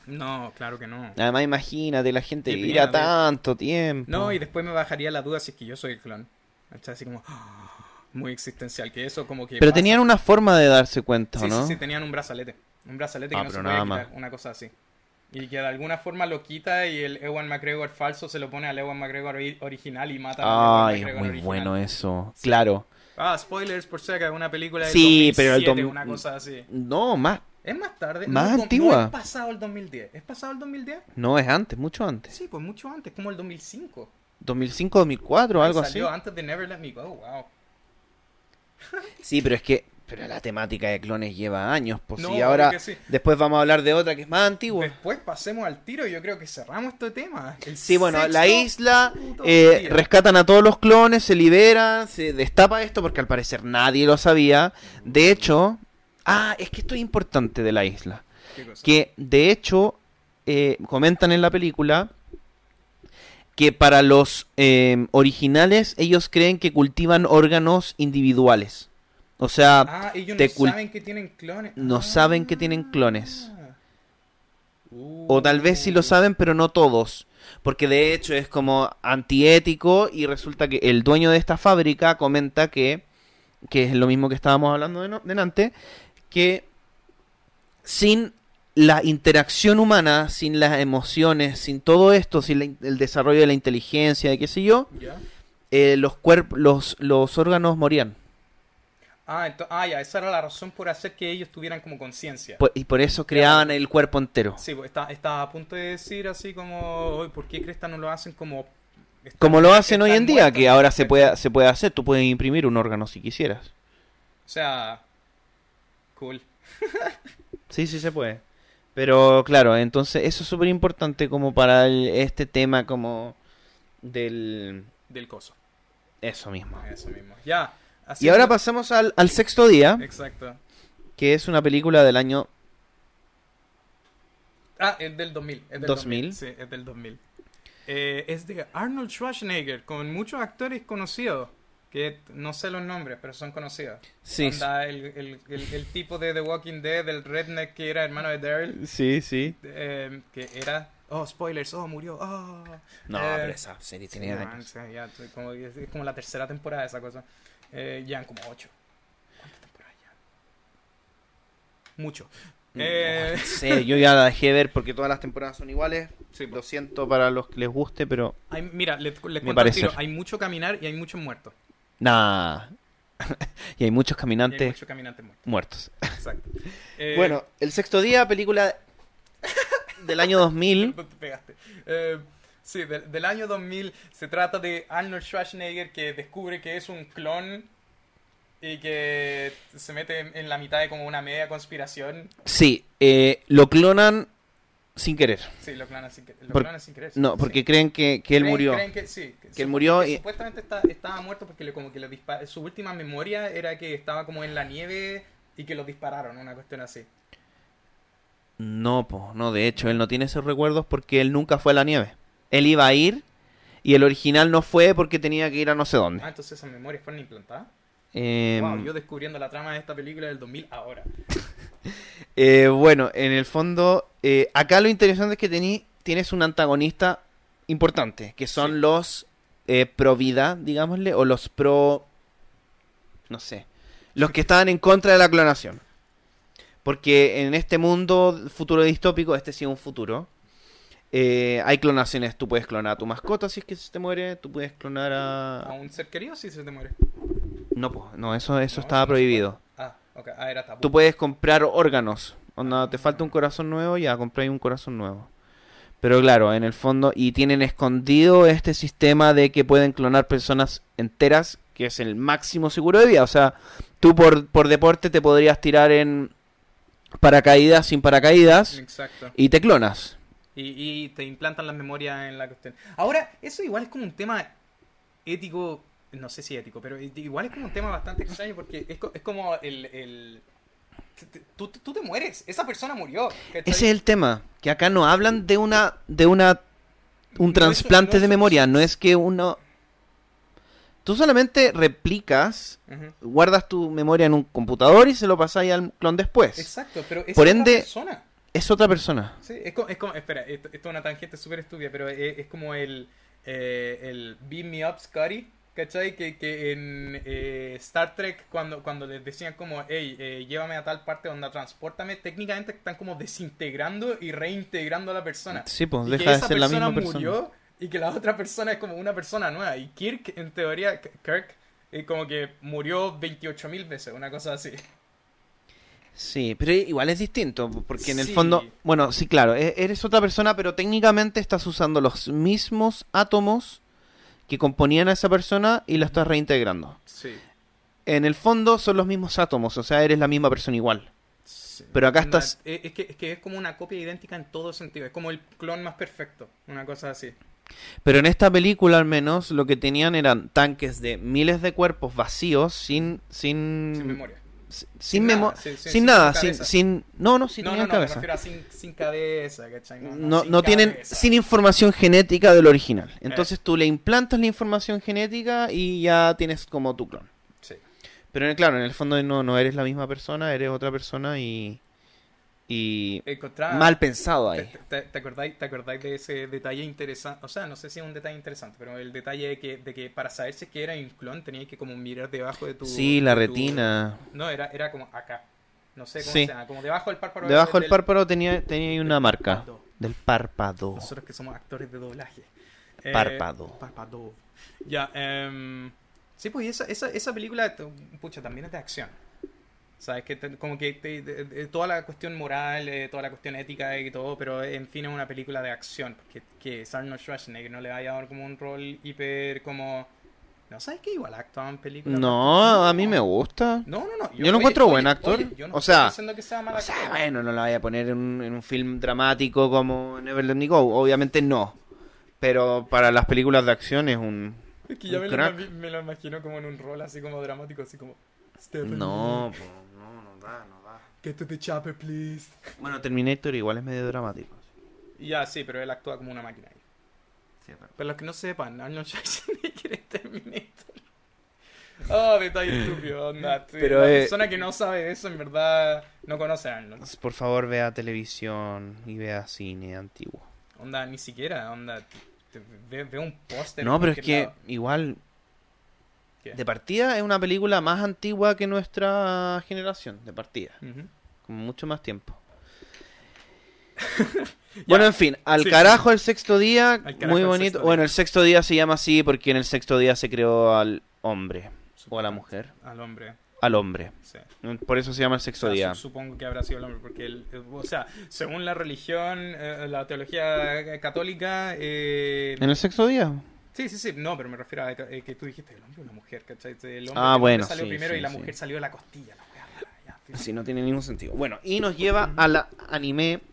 Speaker 1: No, claro que no.
Speaker 2: Además, imagínate, la gente
Speaker 1: Qué
Speaker 2: vivirá
Speaker 1: pena,
Speaker 2: tanto tiempo.
Speaker 1: No, y después me bajaría la duda si es que yo soy el clon. Está así como ah, muy existencial, que eso como que...
Speaker 2: Pero
Speaker 1: pasa.
Speaker 2: tenían una forma de darse cuenta,
Speaker 1: Sí,
Speaker 2: ¿no?
Speaker 1: sí, sí, tenían un brazalete. Un brazalete
Speaker 2: Ah,
Speaker 1: que no se
Speaker 2: pero
Speaker 1: podía
Speaker 2: nada más.
Speaker 1: quitar, una cosa así. Y que de alguna forma lo quita y el Ewan McGregor falso se lo pone al Ewan McGregor ori- original y mata al
Speaker 2: Ay,
Speaker 1: Ewan McGregor
Speaker 2: muy
Speaker 1: original.
Speaker 2: bueno eso. Claro.
Speaker 1: Ah, spoilers por si acaso, una película de
Speaker 2: Sí, pero el
Speaker 1: 2007,
Speaker 2: dom-
Speaker 1: una cosa así.
Speaker 2: No, más.
Speaker 1: Es más tarde.
Speaker 2: Más
Speaker 1: no, no,
Speaker 2: antigua.
Speaker 1: No es pasado el 2010. ¿Es pasado el 2010?
Speaker 2: No, es antes, mucho antes.
Speaker 1: Sí, pues mucho antes, como el 2005.
Speaker 2: 2005, 2004, algo así.
Speaker 1: salió antes de Never Let Me Go, wow.
Speaker 2: Sí, pero es que pero la temática de clones lleva años, pues
Speaker 1: No,
Speaker 2: y ahora
Speaker 1: obvio que sí.
Speaker 2: después vamos a hablar de otra que es más antigua.
Speaker 1: Después pasemos al tiro, yo creo que cerramos este tema. El
Speaker 2: Sí, bueno, la
Speaker 1: sexto
Speaker 2: isla
Speaker 1: puto
Speaker 2: eh,
Speaker 1: día.
Speaker 2: rescatan a todos los clones, se liberan, se destapa esto porque al parecer nadie lo sabía. De hecho, ah, es que esto es importante de la isla,
Speaker 1: ¿Qué cosa?
Speaker 2: que de hecho eh, comentan en la película que para los eh, originales ellos creen que cultivan órganos individuales. O sea,
Speaker 1: Ah, ellos
Speaker 2: te
Speaker 1: no
Speaker 2: cul-
Speaker 1: saben que tienen clones.
Speaker 2: no
Speaker 1: Ah.
Speaker 2: saben que tienen clones.
Speaker 1: Uh.
Speaker 2: O tal vez sí lo saben, pero no todos. Porque de hecho es como antiético y resulta que el dueño de esta fábrica comenta que, que es lo mismo que estábamos hablando de, no- delante, que sin la interacción humana, sin las emociones, sin todo esto, sin la in- el desarrollo de la inteligencia, de qué sé yo,
Speaker 1: Ya.
Speaker 2: eh, los, cuerp- los, los órganos morían.
Speaker 1: Ah, ento- ah, ya, esa era la razón por hacer que ellos tuvieran como conciencia.
Speaker 2: Por- y por eso creaban el cuerpo entero.
Speaker 1: Sí, pues está, está a punto de decir así como, "Oy, ¿por qué Cresta no lo hacen como... están-
Speaker 2: Como lo hacen hoy
Speaker 1: están
Speaker 2: en día, que
Speaker 1: muertos"?
Speaker 2: ahora se puede, se puede hacer, tú puedes imprimir un órgano si quisieras.
Speaker 1: O sea, cool.
Speaker 2: Sí, sí se puede. Pero claro, entonces eso es súper importante como para el- este tema como del...
Speaker 1: Del coso.
Speaker 2: Eso mismo.
Speaker 1: Eso mismo. Ya. así
Speaker 2: Y ahora
Speaker 1: que-
Speaker 2: pasamos al, al sexto día,
Speaker 1: Exacto.
Speaker 2: que es una película del año...
Speaker 1: Ah, es del 2000. Es del
Speaker 2: 2000.
Speaker 1: Sí, es del 2000. Eh, es de Arnold Schwarzenegger, con muchos actores conocidos, que no sé los nombres, pero son conocidos.
Speaker 2: Sí,
Speaker 1: Onda, el, el- el- el tipo de The Walking Dead, el redneck que era hermano de Daryl,
Speaker 2: sí, sí.
Speaker 1: eh, que era... Oh, spoilers, oh, murió, oh.
Speaker 2: No,
Speaker 1: Eh,
Speaker 2: pero esa serie tiene
Speaker 1: sí, man,
Speaker 2: años.
Speaker 1: sí, ya, estoy como, es es como la tercera temporada de esa cosa. Eh, ya como ocho. ¿Cuántas temporadas ya? Mucho.
Speaker 2: No,
Speaker 1: Eh,
Speaker 2: no sé, yo ya la dejé de ver porque todas las temporadas son iguales.
Speaker 1: Sí,
Speaker 2: Lo
Speaker 1: pues.
Speaker 2: siento para los que les guste, pero...
Speaker 1: Hay- mira, le, le
Speaker 2: Mi
Speaker 1: cuento al
Speaker 2: parecer.
Speaker 1: tiro, hay mucho caminar y hay muchos muertos.
Speaker 2: Nah. y hay muchos
Speaker 1: Y hay
Speaker 2: caminantes
Speaker 1: muchos caminantes muertos.
Speaker 2: muertos.
Speaker 1: Exacto. Eh,
Speaker 2: Bueno, el sexto día, película del año 2000.
Speaker 1: te pegaste. Eh, sí, del- del año 2000 se trata de Arnold Schwarzenegger que descubre que es un clon y que se mete en, en la mitad de como una media conspiración.
Speaker 2: Sí, eh, lo clonan sin querer.
Speaker 1: Sí, lo clonan sin, que- lo
Speaker 2: Por-
Speaker 1: clonan sin querer.
Speaker 2: No,
Speaker 1: sí.
Speaker 2: porque creen que, que él
Speaker 1: Creen-
Speaker 2: murió.
Speaker 1: creen que, sí,
Speaker 2: Que él
Speaker 1: sup-
Speaker 2: murió
Speaker 1: que
Speaker 2: y-
Speaker 1: Supuestamente está- estaba muerto porque le- como que le dispa- su última memoria era que estaba como en la nieve y que lo dispararon, una cuestión así.
Speaker 2: No, po, no, de hecho, él no tiene esos recuerdos porque él nunca fue a la nieve. Él iba a ir y el original no fue porque tenía que ir a no sé dónde.
Speaker 1: Ah, entonces esas memorias fueron implantadas.
Speaker 2: Mm. Em,
Speaker 1: wow, yo descubriendo la trama de esta película del 2000 ahora.
Speaker 2: eh, bueno, en el fondo, eh, acá lo interesante es que tení- tienes un antagonista importante, que son
Speaker 1: Sí.
Speaker 2: los eh, pro vida, digámosle, o los pro... no sé, los que estaban en contra de la clonación. Porque en este mundo futuro distópico, este sí es un futuro, eh, hay clonaciones. Tú puedes clonar a tu mascota si es que se te muere, tú puedes clonar
Speaker 1: ¿A
Speaker 2: a...
Speaker 1: un ser querido si se te muere?
Speaker 2: No, po, no, eso,
Speaker 1: No,
Speaker 2: eso estaba
Speaker 1: no se
Speaker 2: prohibido.
Speaker 1: Ah, ok. Ah, era tabú.
Speaker 2: Tú puedes comprar órganos. Onda, te falta un corazón nuevo, ya compráis un corazón nuevo. Pero claro, en el fondo, y tienen escondido este sistema de que pueden clonar personas enteras, que es el máximo seguro de vida. O sea, tú por, por deporte te podrías tirar en paracaídas sin paracaídas
Speaker 1: Exacto.
Speaker 2: y te clonas.
Speaker 1: Y, y te implantan las memorias en la cuestión. Ahora, eso igual es como un tema ético, no sé si ético, pero i- igual es como un tema bastante extraño porque es, co- es como el... el- t- t- Tú, tú te mueres, esa persona murió. ¿cachai?
Speaker 2: Ese es el tema, que acá no hablan de una de una un
Speaker 1: No,
Speaker 2: trasplante
Speaker 1: eso- no,
Speaker 2: de
Speaker 1: eso-
Speaker 2: memoria, no es que uno tú solamente replicas
Speaker 1: Ujú.
Speaker 2: guardas tu memoria en un computador y se lo pasáis al clon después.
Speaker 1: Exacto, pero es
Speaker 2: Por
Speaker 1: otra
Speaker 2: ende-
Speaker 1: persona.
Speaker 2: Es otra persona.
Speaker 1: Sí, es como, es como- espera, esto, esto es una tangente súper estúpida, pero es, es como el, eh, el Beat Me Up Scotty, ¿Cachai? Que, que en eh, Star Trek, cuando, cuando les decían como, hey, eh, llévame a tal parte onda, transportame, técnicamente están como desintegrando y reintegrando a la persona.
Speaker 2: Sí, pues
Speaker 1: Y que
Speaker 2: deja de
Speaker 1: esa
Speaker 2: ser la misma
Speaker 1: persona
Speaker 2: persona.
Speaker 1: murió y que la otra persona es como una persona nueva. Y Kirk, en teoría, K- Kirk, eh, como que murió 28.000 veces, una cosa así.
Speaker 2: Sí, pero igual es distinto, porque en el
Speaker 1: Sí.
Speaker 2: fondo, bueno, sí, claro, e- eres otra persona, pero técnicamente estás usando los mismos átomos que componían a esa persona y la estás reintegrando.
Speaker 1: Sí.
Speaker 2: En el fondo son los mismos átomos, o sea, eres la misma persona igual. Pero acá
Speaker 1: Onda,
Speaker 2: estás-
Speaker 1: eh, Es que, es que es como una copia idéntica en todo sentido. Es como el clon más perfecto. Una cosa así.
Speaker 2: Pero en esta película al menos lo que tenían eran tanques de miles de cuerpos vacíos, sin... Sin,
Speaker 1: Sin memoria.
Speaker 2: s- Mm, Sin,
Speaker 1: Sin
Speaker 2: memo-
Speaker 1: nada, sí, sí,
Speaker 2: sin
Speaker 1: sin
Speaker 2: nada, sin,
Speaker 1: cabeza.
Speaker 2: sin- No, no, sin
Speaker 1: no, no,
Speaker 2: tenían
Speaker 1: no, me
Speaker 2: cabeza.
Speaker 1: refiero a sin, sin cabeza, ¿cachai? No, no,
Speaker 2: No,
Speaker 1: sin
Speaker 2: no tienen
Speaker 1: cabeza. Eh.
Speaker 2: sin información genética del original. Entonces tú le implantas la información genética y ya tienes como tu clon.
Speaker 1: Sí.
Speaker 2: Pero en el- claro, en el fondo no, no eres la misma persona, eres otra persona y... Y...
Speaker 1: Encontraba-
Speaker 2: mal pensado
Speaker 1: Ah, ¿Te,
Speaker 2: ahí.
Speaker 1: te, te acordáis, ¿Te acordáis de ese detalle interesante? O sea, no sé si es un detalle interesante, pero el detalle de que, de que para saber si es que era un clon tenías que como mirar debajo de tu...
Speaker 2: Sí, la
Speaker 1: de tu-
Speaker 2: retina.
Speaker 1: No, era, era como acá. No sé cómo
Speaker 2: Sí.
Speaker 1: se llama, como debajo del párpado.
Speaker 2: Debajo del
Speaker 1: del-
Speaker 2: párpado tenía, tenía ahí una marca.
Speaker 1: párpado.
Speaker 2: Del párpado.
Speaker 1: Nosotros que somos actores de doblaje. Eh,
Speaker 2: Párpado.
Speaker 1: párpado. Ya, em, sí, pues y esa, esa, esa película, t- pucha, también es de acción. Sabes que te- como que te- te- te- toda la cuestión moral, eh, toda la cuestión ética y todo, pero en fin es una película de acción. Que, que es Arnold Schwarzenegger no le vaya a dar como un rol hiper como... No, ¿sabes que Igual actúa en películas.
Speaker 2: No, a mí me gusta.
Speaker 1: No, no, no.
Speaker 2: Yo lo encuentro buen actor.
Speaker 1: yo no
Speaker 2: O
Speaker 1: estoy
Speaker 2: sea,
Speaker 1: diciendo que sea mal
Speaker 2: O sea,
Speaker 1: actor.
Speaker 2: bueno, no la voy a poner en un, en un film dramático como Neverland Nico, obviamente no. Pero para las películas de acción es un...
Speaker 1: Es que ya
Speaker 2: Un
Speaker 1: me lo,
Speaker 2: crack.
Speaker 1: imagi- me lo imagino como en un rol así como dramático, así como... Stephanie,
Speaker 2: No, po, no, no da, no da.
Speaker 1: Get to the chopper, please.
Speaker 2: Bueno, Terminator igual es medio dramático.
Speaker 1: Ya, sí, pero él actúa como una máquina ahí.
Speaker 2: Sí, pero-
Speaker 1: Para los que no sepan, Arnold Schwarzenegger es Terminator. Oh, detalle estúpido, onda. sí.
Speaker 2: Pero,
Speaker 1: La
Speaker 2: eh,
Speaker 1: persona que no sabe de eso, en verdad, no conoce a Arnold.
Speaker 2: Por favor, vea televisión y vea cine antiguo.
Speaker 1: Onda, ni siquiera, onda. te- te- Ve, ve un póster.
Speaker 2: No,
Speaker 1: en
Speaker 2: pero es
Speaker 1: cualquier
Speaker 2: que
Speaker 1: lado.
Speaker 2: igual...
Speaker 1: ¿Qué?
Speaker 2: De partida es una película más antigua que nuestra generación, de partida.
Speaker 1: Ujú.
Speaker 2: con mucho más tiempo. bueno, en fin, al
Speaker 1: Sí,
Speaker 2: carajo el sexto día,
Speaker 1: Al carajo
Speaker 2: muy
Speaker 1: el
Speaker 2: bonito.
Speaker 1: sexto
Speaker 2: bueno,
Speaker 1: día.
Speaker 2: el sexto día se llama así porque en el sexto día se creó al hombre o a la mujer,
Speaker 1: Al hombre,
Speaker 2: al hombre.
Speaker 1: sí. O
Speaker 2: Por eso se llama el sexto
Speaker 1: sea,
Speaker 2: día.
Speaker 1: Ah, su- supongo que habrá sido el hombre, porque, el- eh, o sea, según la religión, eh, la teología eh, católica. Eh,
Speaker 2: ¿En el sexto día?
Speaker 1: Sí, sí, sí, no, pero me refiero a que, eh, que tú dijiste el hombre o la mujer, ¿cachai? Este, El hombre,
Speaker 2: Ah,
Speaker 1: el hombre
Speaker 2: bueno,
Speaker 1: salió
Speaker 2: sí,
Speaker 1: primero
Speaker 2: sí,
Speaker 1: y la
Speaker 2: sí.
Speaker 1: mujer salió de la costilla, la weá, ya, fin.
Speaker 2: Sí, no tiene ningún sentido. Bueno, y nos lleva al anime.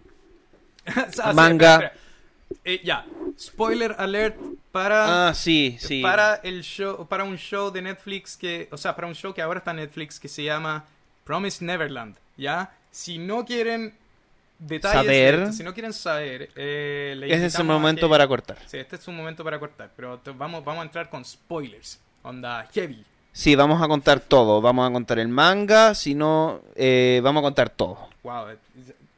Speaker 1: O sea, sí,
Speaker 2: Manga.
Speaker 1: espera, espera. Eh, ya, spoiler alert para,
Speaker 2: Ah, sí, sí.
Speaker 1: para el show, para un show de Netflix que, o sea, para un show que ahora está en Netflix que se llama Promise Neverland, ¿ya? Si no quieren detalles, de
Speaker 2: Saber.
Speaker 1: esto, si no quieren saber, eh, le
Speaker 2: Este es el
Speaker 1: invitamos a
Speaker 2: momento
Speaker 1: que-
Speaker 2: para cortar.
Speaker 1: Sí, este es un momento para cortar, pero te- vamos, vamos a entrar con spoilers, onda heavy.
Speaker 2: Sí, vamos a contar todo. Vamos a contar el manga, si no, eh, vamos a contar todo.
Speaker 1: Wow, eh,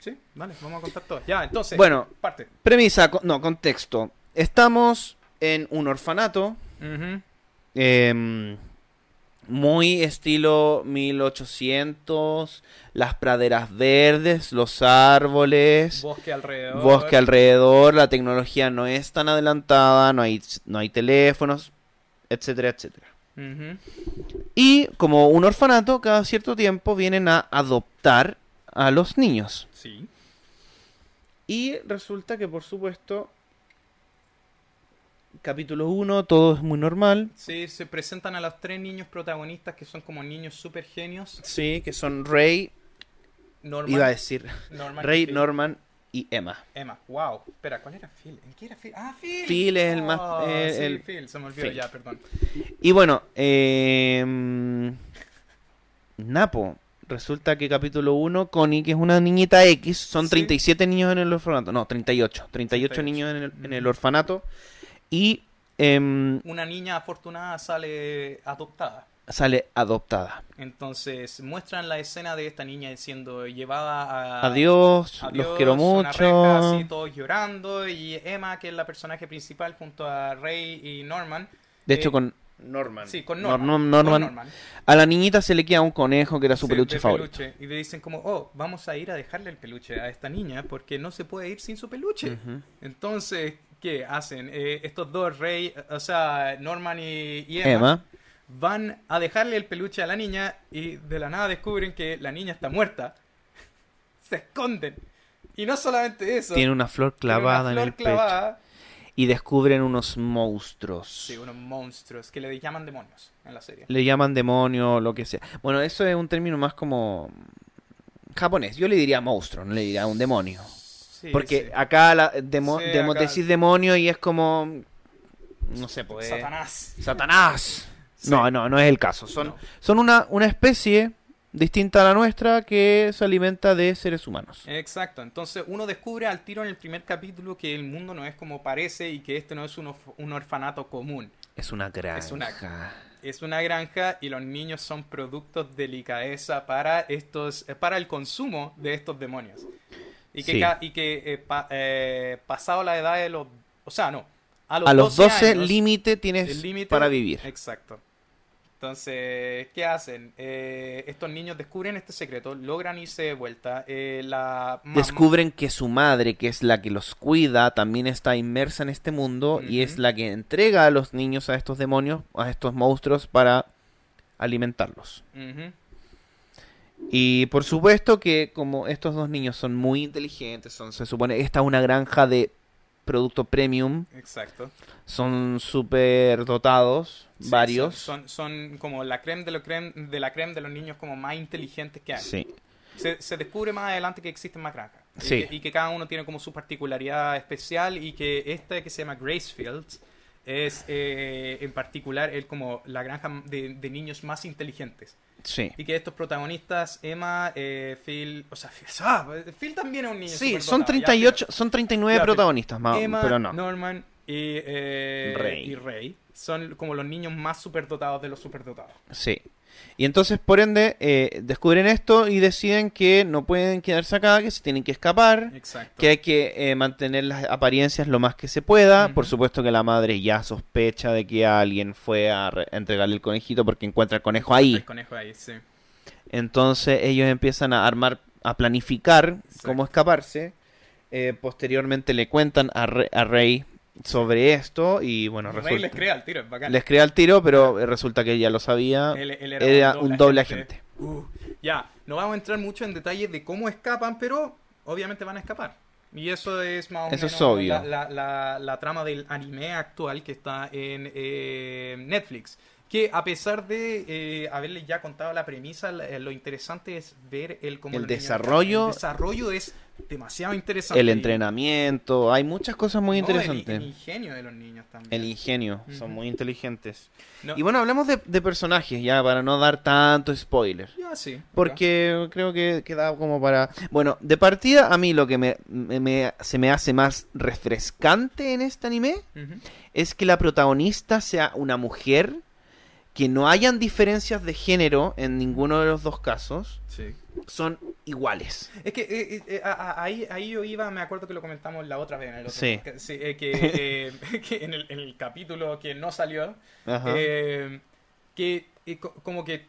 Speaker 1: sí, vale, vamos a contar todo. Ya, entonces,
Speaker 2: Bueno.
Speaker 1: parte.
Speaker 2: Premisa, co- no, contexto. Estamos en un orfanato.
Speaker 1: Ujú.
Speaker 2: em, muy estilo 1800, las praderas verdes, los árboles,
Speaker 1: Bosque alrededor.
Speaker 2: bosque alrededor, la tecnología no es tan adelantada, no hay, no hay teléfonos, etcétera, etcétera.
Speaker 1: Ujú.
Speaker 2: Y como un orfanato, cada cierto tiempo vienen a adoptar a los niños.
Speaker 1: Sí.
Speaker 2: Y resulta que, por supuesto, capítulo 1, todo es muy normal.
Speaker 1: Sí, se presentan a los tres niños protagonistas que son como niños super genios.
Speaker 2: Sí, que son Rey,
Speaker 1: Norman,
Speaker 2: iba a decir,
Speaker 1: Norman y
Speaker 2: Rey,
Speaker 1: Phil.
Speaker 2: Norman y Emma.
Speaker 1: Emma, wow. Espera, ¿cuál era Phil? ¿En qué era Phil? Ah, Phil.
Speaker 2: Phil es el más-
Speaker 1: Oh,
Speaker 2: eh,
Speaker 1: sí,
Speaker 2: el-
Speaker 1: Phil, se me olvidó
Speaker 2: Phil.
Speaker 1: ya, perdón.
Speaker 2: Y bueno, em, Napo, resulta que capítulo 1, Connie, que es una niñita X, son
Speaker 1: Sí.
Speaker 2: 37 niños en el orfanato. No, 38. 38,
Speaker 1: 38.
Speaker 2: niños en el, en el orfanato. Y em,
Speaker 1: Una niña afortunada sale adoptada.
Speaker 2: sale adoptada.
Speaker 1: Entonces muestran la escena de esta niña siendo llevada a,
Speaker 2: Ah, Adiós, los
Speaker 1: Adiós,
Speaker 2: quiero
Speaker 1: una
Speaker 2: mucho.
Speaker 1: reja, así, todos llorando. Y Emma, que es la personaje principal, junto a Rey y Norman.
Speaker 2: De hecho,
Speaker 1: Eh,
Speaker 2: con Norman.
Speaker 1: Sí, con Norman.
Speaker 2: Norm-
Speaker 1: con
Speaker 2: Norman.
Speaker 1: Norman.
Speaker 2: A la niñita se le queda un conejo que era su
Speaker 1: Sí,
Speaker 2: peluche
Speaker 1: de
Speaker 2: favorito.
Speaker 1: peluche. Y le dicen como, oh, vamos a ir a dejarle el peluche a esta niña porque no se puede ir sin su peluche.
Speaker 2: Ujú.
Speaker 1: Entonces, ¿qué hacen? Eh, estos dos, Rey, o sea, Norman y, y Emma,
Speaker 2: Emma.
Speaker 1: van a dejarle el peluche a la niña y de la nada descubren que la niña está muerta. se esconden. Y no solamente eso.
Speaker 2: tiene una flor
Speaker 1: tiene una
Speaker 2: clavada
Speaker 1: flor
Speaker 2: en el pecho.
Speaker 1: clavada.
Speaker 2: Y descubren unos monstruos.
Speaker 1: Sí, unos monstruos que le llaman demonios en la serie.
Speaker 2: Le llaman demonio, lo que sea. Bueno, eso es un término más como japonés. Yo le diría monstruo, no le diría un demonio.
Speaker 1: Sí,
Speaker 2: Porque
Speaker 1: sí.
Speaker 2: acá la, demo-
Speaker 1: Sí,
Speaker 2: demo-
Speaker 1: acá-
Speaker 2: decís demonio y es como... No sé, pues...
Speaker 1: Satanás.
Speaker 2: Satanás.
Speaker 1: Sí.
Speaker 2: No, no, no es el caso. Son,
Speaker 1: No.
Speaker 2: son una, una especie distinta a la nuestra que se alimenta de seres humanos.
Speaker 1: Exacto, entonces uno descubre al tiro en el primer capítulo que el mundo no es como parece y que este no es un, of- un orfanato común.
Speaker 2: Es una granja.
Speaker 1: Es una- Es una granja y los niños son productos de delicadeza para, estos, eh, para el consumo de estos demonios. Y que,
Speaker 2: Sí.
Speaker 1: ca- y que eh, pa- eh, pasado la edad de los... O sea, no. A los,
Speaker 2: A los 12
Speaker 1: años,
Speaker 2: límite tienes
Speaker 1: el límite-
Speaker 2: para vivir.
Speaker 1: Exacto. Entonces, ¿qué hacen? Eh, estos niños descubren este secreto, logran irse de vuelta. eh, la mamá-
Speaker 2: Descubren que su madre, que es la que los cuida, también está inmersa en este mundo y es
Speaker 1: Ujú.
Speaker 2: la que entrega a los niños a estos demonios, a estos monstruos para alimentarlos.
Speaker 1: Ujú.
Speaker 2: Y por supuesto que como estos dos niños son muy inteligentes, son, se supone, esta es una granja de producto premium,
Speaker 1: Exacto.
Speaker 2: son súper dotados,
Speaker 1: Sí,
Speaker 2: varios.
Speaker 1: Son, son, son como la creme de, lo creme de la creme de los niños como más inteligentes que hay.
Speaker 2: Sí.
Speaker 1: Se, se descubre más adelante que existen más granjas. Y
Speaker 2: Sí.
Speaker 1: que- Y, que cada uno tiene como su particularidad especial y que esta que se llama Gracefields es eh, en particular el como la granja de, de niños más inteligentes.
Speaker 2: Sí.
Speaker 1: Y que estos protagonistas, Emma, eh, Phil, o sea, Phil, ah, Phil también es un niño.
Speaker 2: Sí,
Speaker 1: superdotado,
Speaker 2: son
Speaker 1: ya,
Speaker 2: 38, son 39
Speaker 1: Ya, pero-
Speaker 2: protagonistas, ma-
Speaker 1: Emma,
Speaker 2: pero no.
Speaker 1: Norman y, eh,
Speaker 2: Rey.
Speaker 1: y Rey son como los niños más superdotados de los superdotados.
Speaker 2: Sí. Y entonces, por ende, eh, descubren esto y deciden que no pueden quedarse acá, que se tienen que escapar,
Speaker 1: Exacto.
Speaker 2: que hay que eh, mantener las apariencias lo más que se pueda.
Speaker 1: Ujú.
Speaker 2: Por supuesto que la madre ya sospecha de que alguien fue a re- entregarle el conejito porque encuentra el conejo ahí.
Speaker 1: El conejo ahí, sí.
Speaker 2: Entonces ellos empiezan a armar, a planificar
Speaker 1: Exacto.
Speaker 2: cómo escaparse. Eh, posteriormente le cuentan a, Re- a Rey sobre esto y bueno,
Speaker 1: Rey
Speaker 2: resulta...
Speaker 1: les crea el tiro, es bacán.
Speaker 2: Les crea el tiro, pero eh, resulta que ella lo sabía.
Speaker 1: Él- él
Speaker 2: era un doble agente.
Speaker 1: Uh, ya, no vamos a entrar mucho en detalles de cómo escapan, pero obviamente van a escapar. Y eso es más o
Speaker 2: Eso
Speaker 1: menos
Speaker 2: es obvio.
Speaker 1: La, la- la- la trama del anime actual que está en eh, Netflix. Que a pesar de eh, haberles ya contado la premisa, la- eh, lo interesante es ver el cómo
Speaker 2: El
Speaker 1: los niños-
Speaker 2: desarrollo-
Speaker 1: El desarrollo es demasiado interesante.
Speaker 2: El entrenamiento, hay muchas cosas muy
Speaker 1: No, el-
Speaker 2: interesantes.
Speaker 1: El,
Speaker 2: el,
Speaker 1: ingenio de los niños también.
Speaker 2: ingenio, son
Speaker 1: Ujú.
Speaker 2: muy inteligentes.
Speaker 1: No-
Speaker 2: Y bueno, hablamos de, de personajes ya, para no dar tanto spoiler.
Speaker 1: ya, sí.
Speaker 2: Porque creo que queda como para... Bueno, de partida a mí lo que me, me- me- se me hace más refrescante en este anime
Speaker 1: Ujú.
Speaker 2: es que la protagonista sea una mujer, que no hayan diferencias de género en ninguno de los dos casos,
Speaker 1: Sí.
Speaker 2: son iguales.
Speaker 1: Es que eh, eh, eh, a- a- ahí, ahí yo iba, me acuerdo que lo comentamos la otra vez en el otro
Speaker 2: Sí.
Speaker 1: podcast, sí, eh, que, eh, que en, el, en el capítulo que no salió,
Speaker 2: Ajá.
Speaker 1: eh, que eh, co- como que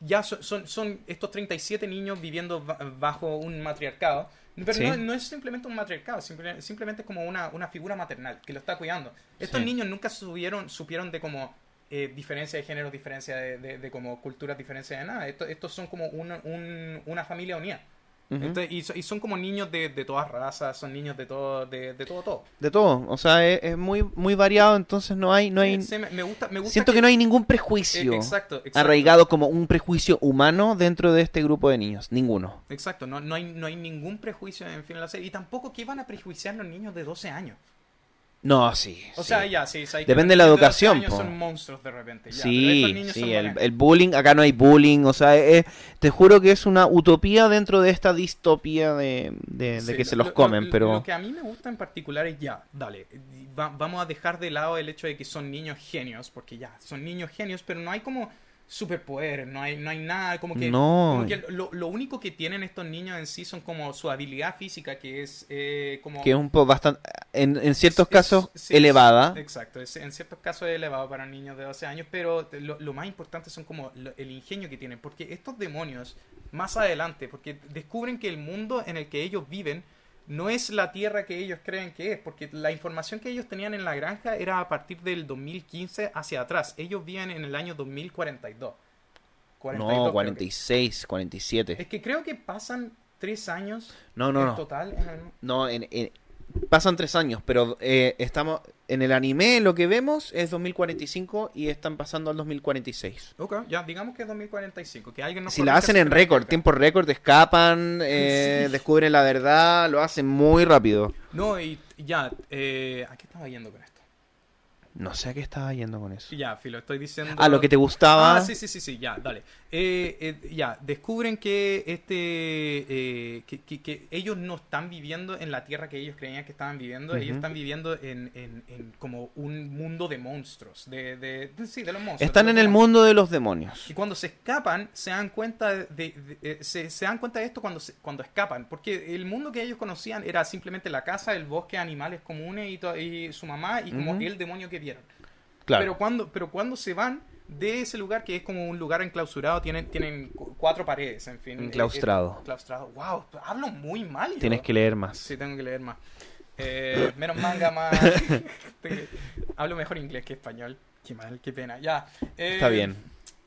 Speaker 1: ya son, son, son estos 37 niños viviendo ba- bajo un matriarcado, pero
Speaker 2: Sí.
Speaker 1: no, no es simplemente un matriarcado, simple- simplemente es como una, una figura maternal que lo está cuidando. Estos
Speaker 2: Sí.
Speaker 1: niños nunca subieron, supieron de como... eh, diferencia de género, diferencia de, de, de como culturas, diferencia de nada. Estos, estos son como una- un- una familia unida.
Speaker 2: Ujú.
Speaker 1: Entonces, y, so- y son como niños de, de todas razas, son niños de todo, de, de todo, todo.
Speaker 2: De todo, o sea, es, es muy muy variado, entonces no hay no hay
Speaker 1: Sí, me, me gusta, me gusta
Speaker 2: siento que, no hay ningún prejuicio
Speaker 1: eh, exacto, exacto.
Speaker 2: arraigado como un prejuicio humano dentro de este grupo de niños, ninguno.
Speaker 1: Exacto, no, no, hay, no hay ningún prejuicio en fin de la serie. Y tampoco que van a prejuiciar los niños de 12 años.
Speaker 2: No, sí.
Speaker 1: O
Speaker 2: sí.
Speaker 1: sea, ya, sí. sí, hay que
Speaker 2: Depende
Speaker 1: los
Speaker 2: de la
Speaker 1: niños 12
Speaker 2: educación,
Speaker 1: años
Speaker 2: po.
Speaker 1: son monstruos de repente. Este, ya, pero estos
Speaker 2: sí,
Speaker 1: niños son
Speaker 2: sí, el,
Speaker 1: bacanes.
Speaker 2: el bullying, acá no hay bullying, o sea, es- te juro que es una utopía dentro de esta distopía de, de- de
Speaker 1: Sí,
Speaker 2: que
Speaker 1: lo-
Speaker 2: se los
Speaker 1: lo-
Speaker 2: comen,
Speaker 1: lo-
Speaker 2: pero...
Speaker 1: Lo que a mí me gusta en particular es ya, dale, va- vamos a dejar de lado el hecho de que son niños genios, porque ya, son niños genios, pero no hay como superpoderes, no hay, no hay nada, como que,
Speaker 2: No.
Speaker 1: como que lo, lo único que tienen estos niños en sí son como su habilidad física, que es eh, como...
Speaker 2: Que es un poco bastante, en, en ciertos
Speaker 1: Es-
Speaker 2: casos,
Speaker 1: sí,
Speaker 2: elevada.
Speaker 1: es- Exacto, es- en ciertos casos es elevado para niños de 12 años, pero te- lo, lo más importante son como lo- el ingenio que tienen, porque estos demonios, más adelante, porque descubren que el mundo en el que ellos viven no es la tierra que ellos creen que es, porque la información que ellos tenían en la granja era a partir del 2015 hacia atrás, ellos vivían en el año 2042. 42, creo
Speaker 2: no,
Speaker 1: que.
Speaker 2: 46,
Speaker 1: Es
Speaker 2: 47.
Speaker 1: que creo que pasan tres años
Speaker 2: No, no,
Speaker 1: en
Speaker 2: no.
Speaker 1: total. en el-
Speaker 2: No, en- en- pasan tres años, pero eh, estamos en el anime lo que vemos es 2045 y están pasando al 2046.
Speaker 1: Ok, ya, digamos que es 2045, que alguien nos
Speaker 2: si la
Speaker 1: corrija
Speaker 2: hacen en
Speaker 1: tenemos
Speaker 2: récord,
Speaker 1: cerca.
Speaker 2: tiempo récord, escapan, eh, descubren la verdad, lo hacen muy rápido.
Speaker 1: No, y y ya, eh, ¿a qué estaba yendo con esto?
Speaker 2: No sé a qué estaba yendo con eso.
Speaker 1: Ya, Filo, estoy diciendo...
Speaker 2: A lo que te gustaba.
Speaker 1: Ah, sí, sí, sí, sí, ya, dale. Eh, eh, ya, descubren que este eh, que, que- que ellos no están viviendo en la tierra que ellos creían que estaban viviendo, ellos
Speaker 2: Ujú.
Speaker 1: están viviendo en, en- en como un mundo de monstruos, de, de, de- sí, de los monstruos.
Speaker 2: Están
Speaker 1: de los
Speaker 2: en el
Speaker 1: demonios.
Speaker 2: mundo de los demonios.
Speaker 1: Y cuando se escapan, se dan cuenta de, de- eh, se, se dan cuenta de esto cuando, se- cuando escapan, porque el mundo que ellos conocían era simplemente la casa, el bosque, animales comunes y, to- y su mamá y como
Speaker 2: Ujú.
Speaker 1: el demonio que vieron. Pero
Speaker 2: Claro.
Speaker 1: cuando, pero cuando se van de ese lugar que es como un lugar enclausurado, tienen, tienen cu- cuatro paredes, en fin. eh,
Speaker 2: Enclaustrado.
Speaker 1: eh, enclaustrado. Wow, hablo muy mal. yo.
Speaker 2: Tienes que leer más.
Speaker 1: Sí, tengo que leer más. Eh, menos manga, más. Tengo que- hablo mejor inglés que español. Qué mal, qué pena. Ya. eh,
Speaker 2: Está bien.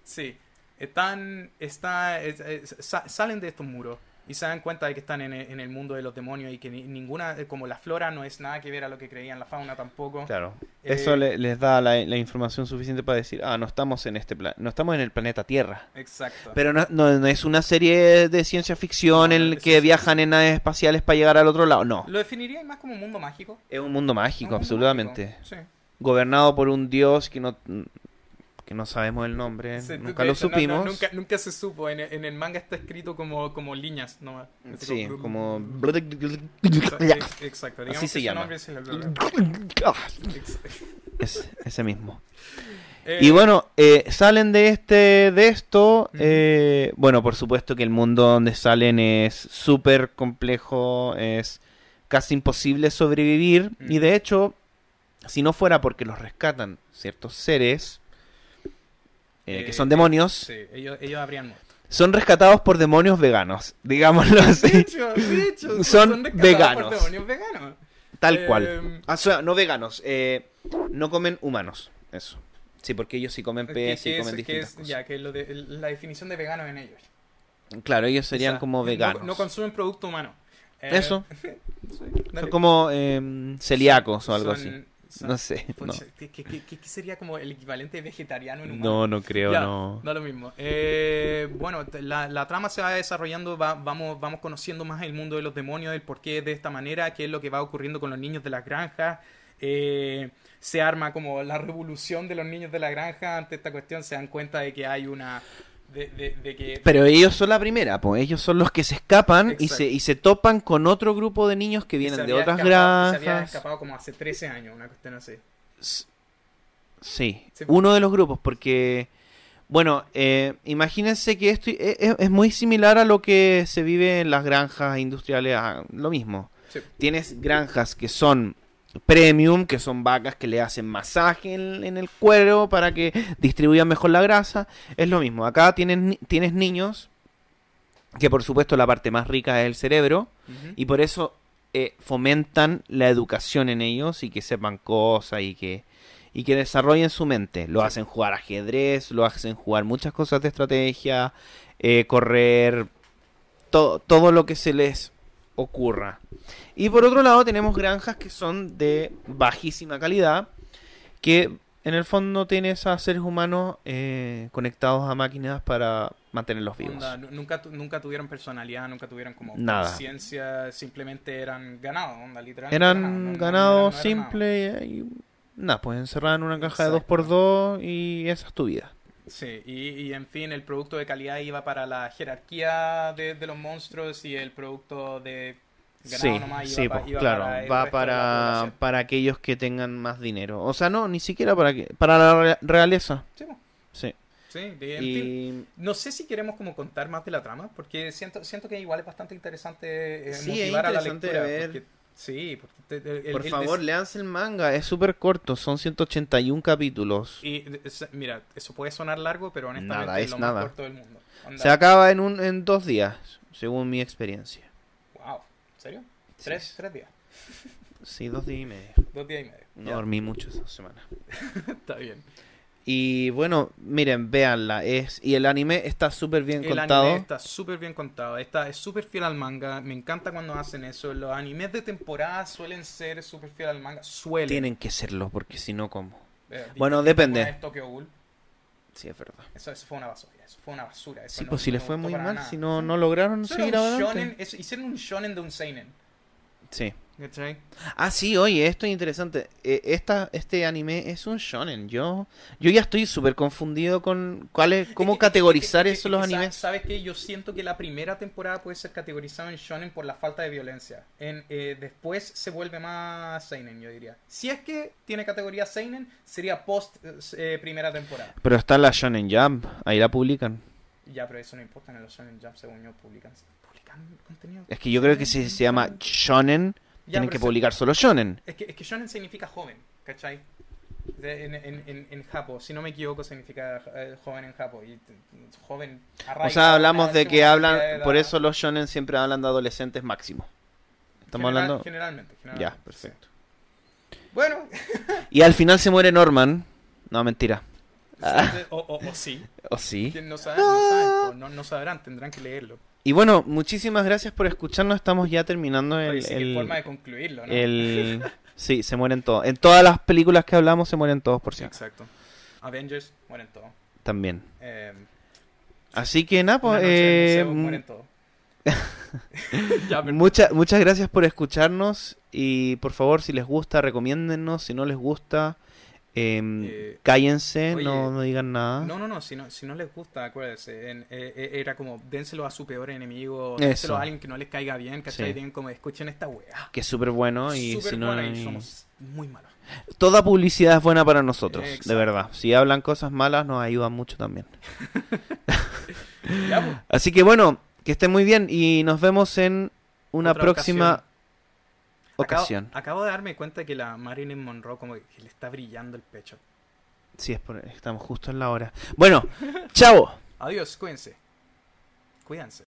Speaker 1: Sí. Están, está, es- es- sa- salen de estos muros y se dan cuenta de que están en el, en el mundo de los demonios y que ni- ninguna, eh, como la flora no es nada que ver a lo que creían, la fauna tampoco.
Speaker 2: Claro.
Speaker 1: Eh,
Speaker 2: Eso le- les da la, la información suficiente para decir, ah, no estamos en este plan, no estamos en el planeta Tierra.
Speaker 1: Exacto.
Speaker 2: Pero no, no- no es una serie de ciencia ficción
Speaker 1: No,
Speaker 2: en
Speaker 1: no,
Speaker 2: el
Speaker 1: es
Speaker 2: que
Speaker 1: ciencia
Speaker 2: viajan en naves espaciales para llegar al otro lado. No.
Speaker 1: Lo definiría más como un mundo mágico.
Speaker 2: Es un mundo mágico,
Speaker 1: Un mundo
Speaker 2: absolutamente. Eh,
Speaker 1: mágico, Sí.
Speaker 2: Gobernado por un dios que no que no sabemos el nombre,
Speaker 1: Sí,
Speaker 2: nunca
Speaker 1: de
Speaker 2: lo
Speaker 1: hecho, no, no,
Speaker 2: supimos.
Speaker 1: nunca, nunca se supo. En, el- en el manga está escrito como, como líneas nomás. Así
Speaker 2: Mm,
Speaker 1: "Mm".
Speaker 2: Sí, como
Speaker 1: Ex- Exacto. Digamos
Speaker 2: Así
Speaker 1: que su
Speaker 2: se llama.
Speaker 1: nombre es el- Ex-
Speaker 2: Es- ese mismo.
Speaker 1: Eh,
Speaker 2: Y bueno, eh, salen de este de esto.
Speaker 1: Ujú.
Speaker 2: eh, bueno, por supuesto que el mundo donde salen es súper complejo, es casi imposible sobrevivir.
Speaker 1: Mm.
Speaker 2: Y de hecho, si no fuera porque los rescatan ciertos seres, eh, que
Speaker 1: Eh,
Speaker 2: son demonios,
Speaker 1: Sí, ellos, ellos habrían muerto.
Speaker 2: son rescatados por demonios veganos, digámoslo
Speaker 1: De
Speaker 2: así,
Speaker 1: hecho, de hecho,
Speaker 2: Son
Speaker 1: rescatados por
Speaker 2: veganos.
Speaker 1: demonios veganos.
Speaker 2: tal cual.
Speaker 1: Eh,
Speaker 2: Ah, o sea, no veganos, eh, no comen humanos, eso. Sí, porque ellos sí comen
Speaker 1: que-
Speaker 2: pez,
Speaker 1: que
Speaker 2: sí
Speaker 1: es-
Speaker 2: comen
Speaker 1: que
Speaker 2: distintas
Speaker 1: es-
Speaker 2: cosas.
Speaker 1: Ya, que lo de- la definición de vegano en ellos.
Speaker 2: Claro, ellos serían
Speaker 1: O sea,
Speaker 2: como
Speaker 1: no-
Speaker 2: veganos.
Speaker 1: No, consumen producto humano. Eh,
Speaker 2: Eso.
Speaker 1: sí,
Speaker 2: Son
Speaker 1: dale.
Speaker 2: como em, celíacos o algo
Speaker 1: Son-
Speaker 2: así.
Speaker 1: son-
Speaker 2: No sé. No,
Speaker 1: Pucha, ¿qué- qué, qué- qué sería como el equivalente de vegetariano en humano?
Speaker 2: no, no creo,
Speaker 1: Ya,
Speaker 2: no.
Speaker 1: Da lo mismo. Eh, bueno, t- la, la trama se va desarrollando, va- vamos, vamos conociendo más el mundo de los demonios, el porqué de esta manera, qué es lo que va ocurriendo con los niños de las granjas. Eh, se arma como la revolución de los niños de la granja ante esta cuestión, se dan cuenta de que hay una... De, de- de que...
Speaker 2: Pero ellos son la primera, pues ellos son los que se escapan y
Speaker 1: Exacto.
Speaker 2: se, y se topan con otro grupo de niños que
Speaker 1: que
Speaker 2: vienen
Speaker 1: se
Speaker 2: de
Speaker 1: había
Speaker 2: otras
Speaker 1: escapado- Se había
Speaker 2: granjas.
Speaker 1: escapado como hace 13 años, una cuestión así.
Speaker 2: S- Sí,
Speaker 1: Sí.
Speaker 2: uno de los grupos, porque, bueno, eh, imagínense que esto e- e- es, muy similar a lo que se vive en las granjas industriales, ah, lo mismo.
Speaker 1: Sí.
Speaker 2: Tienes granjas que son premium, que son vacas que le hacen masaje en, en el cuero para que distribuyan mejor la grasa. Es lo mismo, acá tienes, ni- tienes niños, que por supuesto la parte más rica es el cerebro,
Speaker 1: Ujú.
Speaker 2: y por eso eh, fomentan la educación en ellos y que sepan cosas y que, y que desarrollen su mente. Lo
Speaker 1: Sí.
Speaker 2: hacen jugar ajedrez, lo hacen jugar muchas cosas de estrategia, eh, correr, to- todo lo que se les ocurra. Y por otro lado tenemos granjas que son de bajísima calidad, que en el fondo tienes a seres humanos eh, conectados a máquinas para mantenerlos vivos.
Speaker 1: Onda, nu- nunca, tu- nunca tuvieron personalidad, nunca tuvieron como
Speaker 2: Nada.
Speaker 1: conciencia, simplemente eran ganado, onda, literalmente.
Speaker 2: Eran
Speaker 1: no- no- no- no
Speaker 2: ganado
Speaker 1: eran
Speaker 2: simple y, y- nada, pues encerrada en una caja
Speaker 1: Exacto.
Speaker 2: de 2x2 y esa es tu vida.
Speaker 1: nada. Sí, y, y, en fin, el producto de calidad iba para la jerarquía de, de los monstruos y el producto de ganado
Speaker 2: sí,
Speaker 1: nomás iba,
Speaker 2: sí,
Speaker 1: pa-
Speaker 2: pues,
Speaker 1: iba
Speaker 2: claro,
Speaker 1: para el resto
Speaker 2: va
Speaker 1: de la
Speaker 2: para,
Speaker 1: población.
Speaker 2: para aquellos que tengan más dinero. O sea, no, ni siquiera para que, para la re- realeza.
Speaker 1: Sí, po.
Speaker 2: Sí.
Speaker 1: Sí, de, en
Speaker 2: Y-
Speaker 1: fin, no sé si queremos como contar más de la trama, porque siento, siento que igual es bastante interesante eh,
Speaker 2: Sí, es
Speaker 1: motivar
Speaker 2: interesante
Speaker 1: a la lectura.
Speaker 2: ver.
Speaker 1: porque- sí, porque te- te- el-
Speaker 2: Por
Speaker 1: el
Speaker 2: favor,
Speaker 1: des-
Speaker 2: leanse el manga, es súper corto, son 181 capítulos.
Speaker 1: y, es- mira, eso puede sonar largo, pero honestamente
Speaker 2: Nada,
Speaker 1: es
Speaker 2: es
Speaker 1: lo
Speaker 2: nada.
Speaker 1: más corto del mundo. Onda,
Speaker 2: Se acaba en, un, en dos días, según mi experiencia.
Speaker 1: Wow, ¿en serio? Tres,
Speaker 2: Sí,
Speaker 1: tres días,
Speaker 2: sí, dos días y medio.
Speaker 1: dos días y medio.
Speaker 2: No
Speaker 1: Ya,
Speaker 2: dormí mucho esa semana.
Speaker 1: está bien.
Speaker 2: Y bueno, miren, véanla. Es, y el anime está súper bien
Speaker 1: El
Speaker 2: contado.
Speaker 1: anime está súper bien contado, está, es súper fiel al manga, me encanta cuando hacen eso. Los animes de temporada suelen ser súper fiel al manga, suelen.
Speaker 2: Tienen que serlo, porque si no, ¿cómo?
Speaker 1: Eh,
Speaker 2: Bueno,
Speaker 1: dime,
Speaker 2: depende.
Speaker 1: una vez Tokyo Ghoul,
Speaker 2: Sí, es verdad.
Speaker 1: Eso, eso fue una basura, eso fue una basura. eso
Speaker 2: Sí,
Speaker 1: no-
Speaker 2: pues si
Speaker 1: no
Speaker 2: les
Speaker 1: me
Speaker 2: fue
Speaker 1: gustó
Speaker 2: muy
Speaker 1: para
Speaker 2: mal,
Speaker 1: nada.
Speaker 2: si no, no lograron
Speaker 1: Eso era
Speaker 2: seguir
Speaker 1: un
Speaker 2: adelante.
Speaker 1: shonen, eso- hicieron un shonen de un seinen.
Speaker 2: Sí.
Speaker 1: ¿Cachai?
Speaker 2: Ah, sí, oye, esto es interesante. Eh, esta, este anime es un shonen. Yo, yo ya estoy súper confundido con cuál es, cómo
Speaker 1: Es que-
Speaker 2: categorizar
Speaker 1: es que-
Speaker 2: eso
Speaker 1: es
Speaker 2: los
Speaker 1: que sa-
Speaker 2: animes.
Speaker 1: Sabes que yo siento que la primera temporada puede ser categorizada en shonen por la falta de violencia. En, eh, después se vuelve más seinen, yo diría. Si es que tiene categoría seinen, sería post eh, primera temporada.
Speaker 2: Pero está la Shonen Jump, ahí la publican.
Speaker 1: Ya, pero eso no importa, en los shonen jump según yo publican, publican contenido.
Speaker 2: Es que yo creo que si
Speaker 1: Shonen
Speaker 2: se llama
Speaker 1: Jump.
Speaker 2: shonen,
Speaker 1: Ya,
Speaker 2: tienen
Speaker 1: pero
Speaker 2: que
Speaker 1: se-
Speaker 2: publicar solo shonen.
Speaker 1: Es que, es que shonen significa joven, ¿cachai? De- en, en, en, en japo, si no me equivoco, significa eh, joven en japo. Y t- joven
Speaker 2: O
Speaker 1: arraigado
Speaker 2: sea, hablamos
Speaker 1: a este
Speaker 2: de
Speaker 1: su
Speaker 2: que
Speaker 1: sociedad.
Speaker 2: hablan, por eso los shonen siempre hablan de adolescentes máximo. Estamos
Speaker 1: General-
Speaker 2: hablando.
Speaker 1: Generalmente,
Speaker 2: Ya,
Speaker 1: generalmente,
Speaker 2: perfecto.
Speaker 1: sí. Bueno,
Speaker 2: Y al final se muere Norman. No, mentira. Ah.
Speaker 1: este, o, o, o sí.
Speaker 2: ¿O sí?
Speaker 1: Quien no sabe, no saben, o no, no sabrán, tendrán que leerlo.
Speaker 2: Y bueno, muchísimas gracias por escucharnos. Estamos ya terminando
Speaker 1: Oye,
Speaker 2: el.
Speaker 1: Pues sí, qué
Speaker 2: el-
Speaker 1: forma de concluirlo, ¿no?
Speaker 2: el- Sí, se mueren todos. En todas las películas que hablamos se mueren todos, por cierto.
Speaker 1: Exacto. Avengers, mueren todos.
Speaker 2: También.
Speaker 1: Eh,
Speaker 2: Así que nada,
Speaker 1: Una
Speaker 2: pues,
Speaker 1: noche en
Speaker 2: eh,
Speaker 1: el museo, mueren todos. ya, pero-
Speaker 2: mucha- muchas gracias por escucharnos. Y por favor, si les gusta, recomiéndennos. Si no les gusta, em,
Speaker 1: Eh,
Speaker 2: cállense, no,
Speaker 1: oye,
Speaker 2: no digan nada.
Speaker 1: No, no, no, si no, si no les gusta, acuérdense, en- eh, eh, era como dénselo a su peor enemigo,
Speaker 2: Eso.
Speaker 1: dénselo a alguien que no les caiga bien, ¿cachai?
Speaker 2: Sí.
Speaker 1: Tienen como, escuchen esta weá.
Speaker 2: Que es súper bueno. Y
Speaker 1: Súper
Speaker 2: si no,
Speaker 1: buena
Speaker 2: hay-
Speaker 1: y somos muy malos.
Speaker 2: Toda publicidad es buena para nosotros, de
Speaker 1: Exacto.
Speaker 2: verdad. Si hablan cosas malas, nos ayudan mucho también.
Speaker 1: Ya, pues,
Speaker 2: Así que bueno, que estén muy bien y nos vemos en una
Speaker 1: Otra
Speaker 2: próxima
Speaker 1: acabo-
Speaker 2: ocasión.
Speaker 1: Acabo, de darme cuenta que la Marilyn Monroe como que le está brillando el pecho.
Speaker 2: Sí, es por- estamos justo en la hora. Bueno, chao.
Speaker 1: Adiós, cuídense. Cuídense.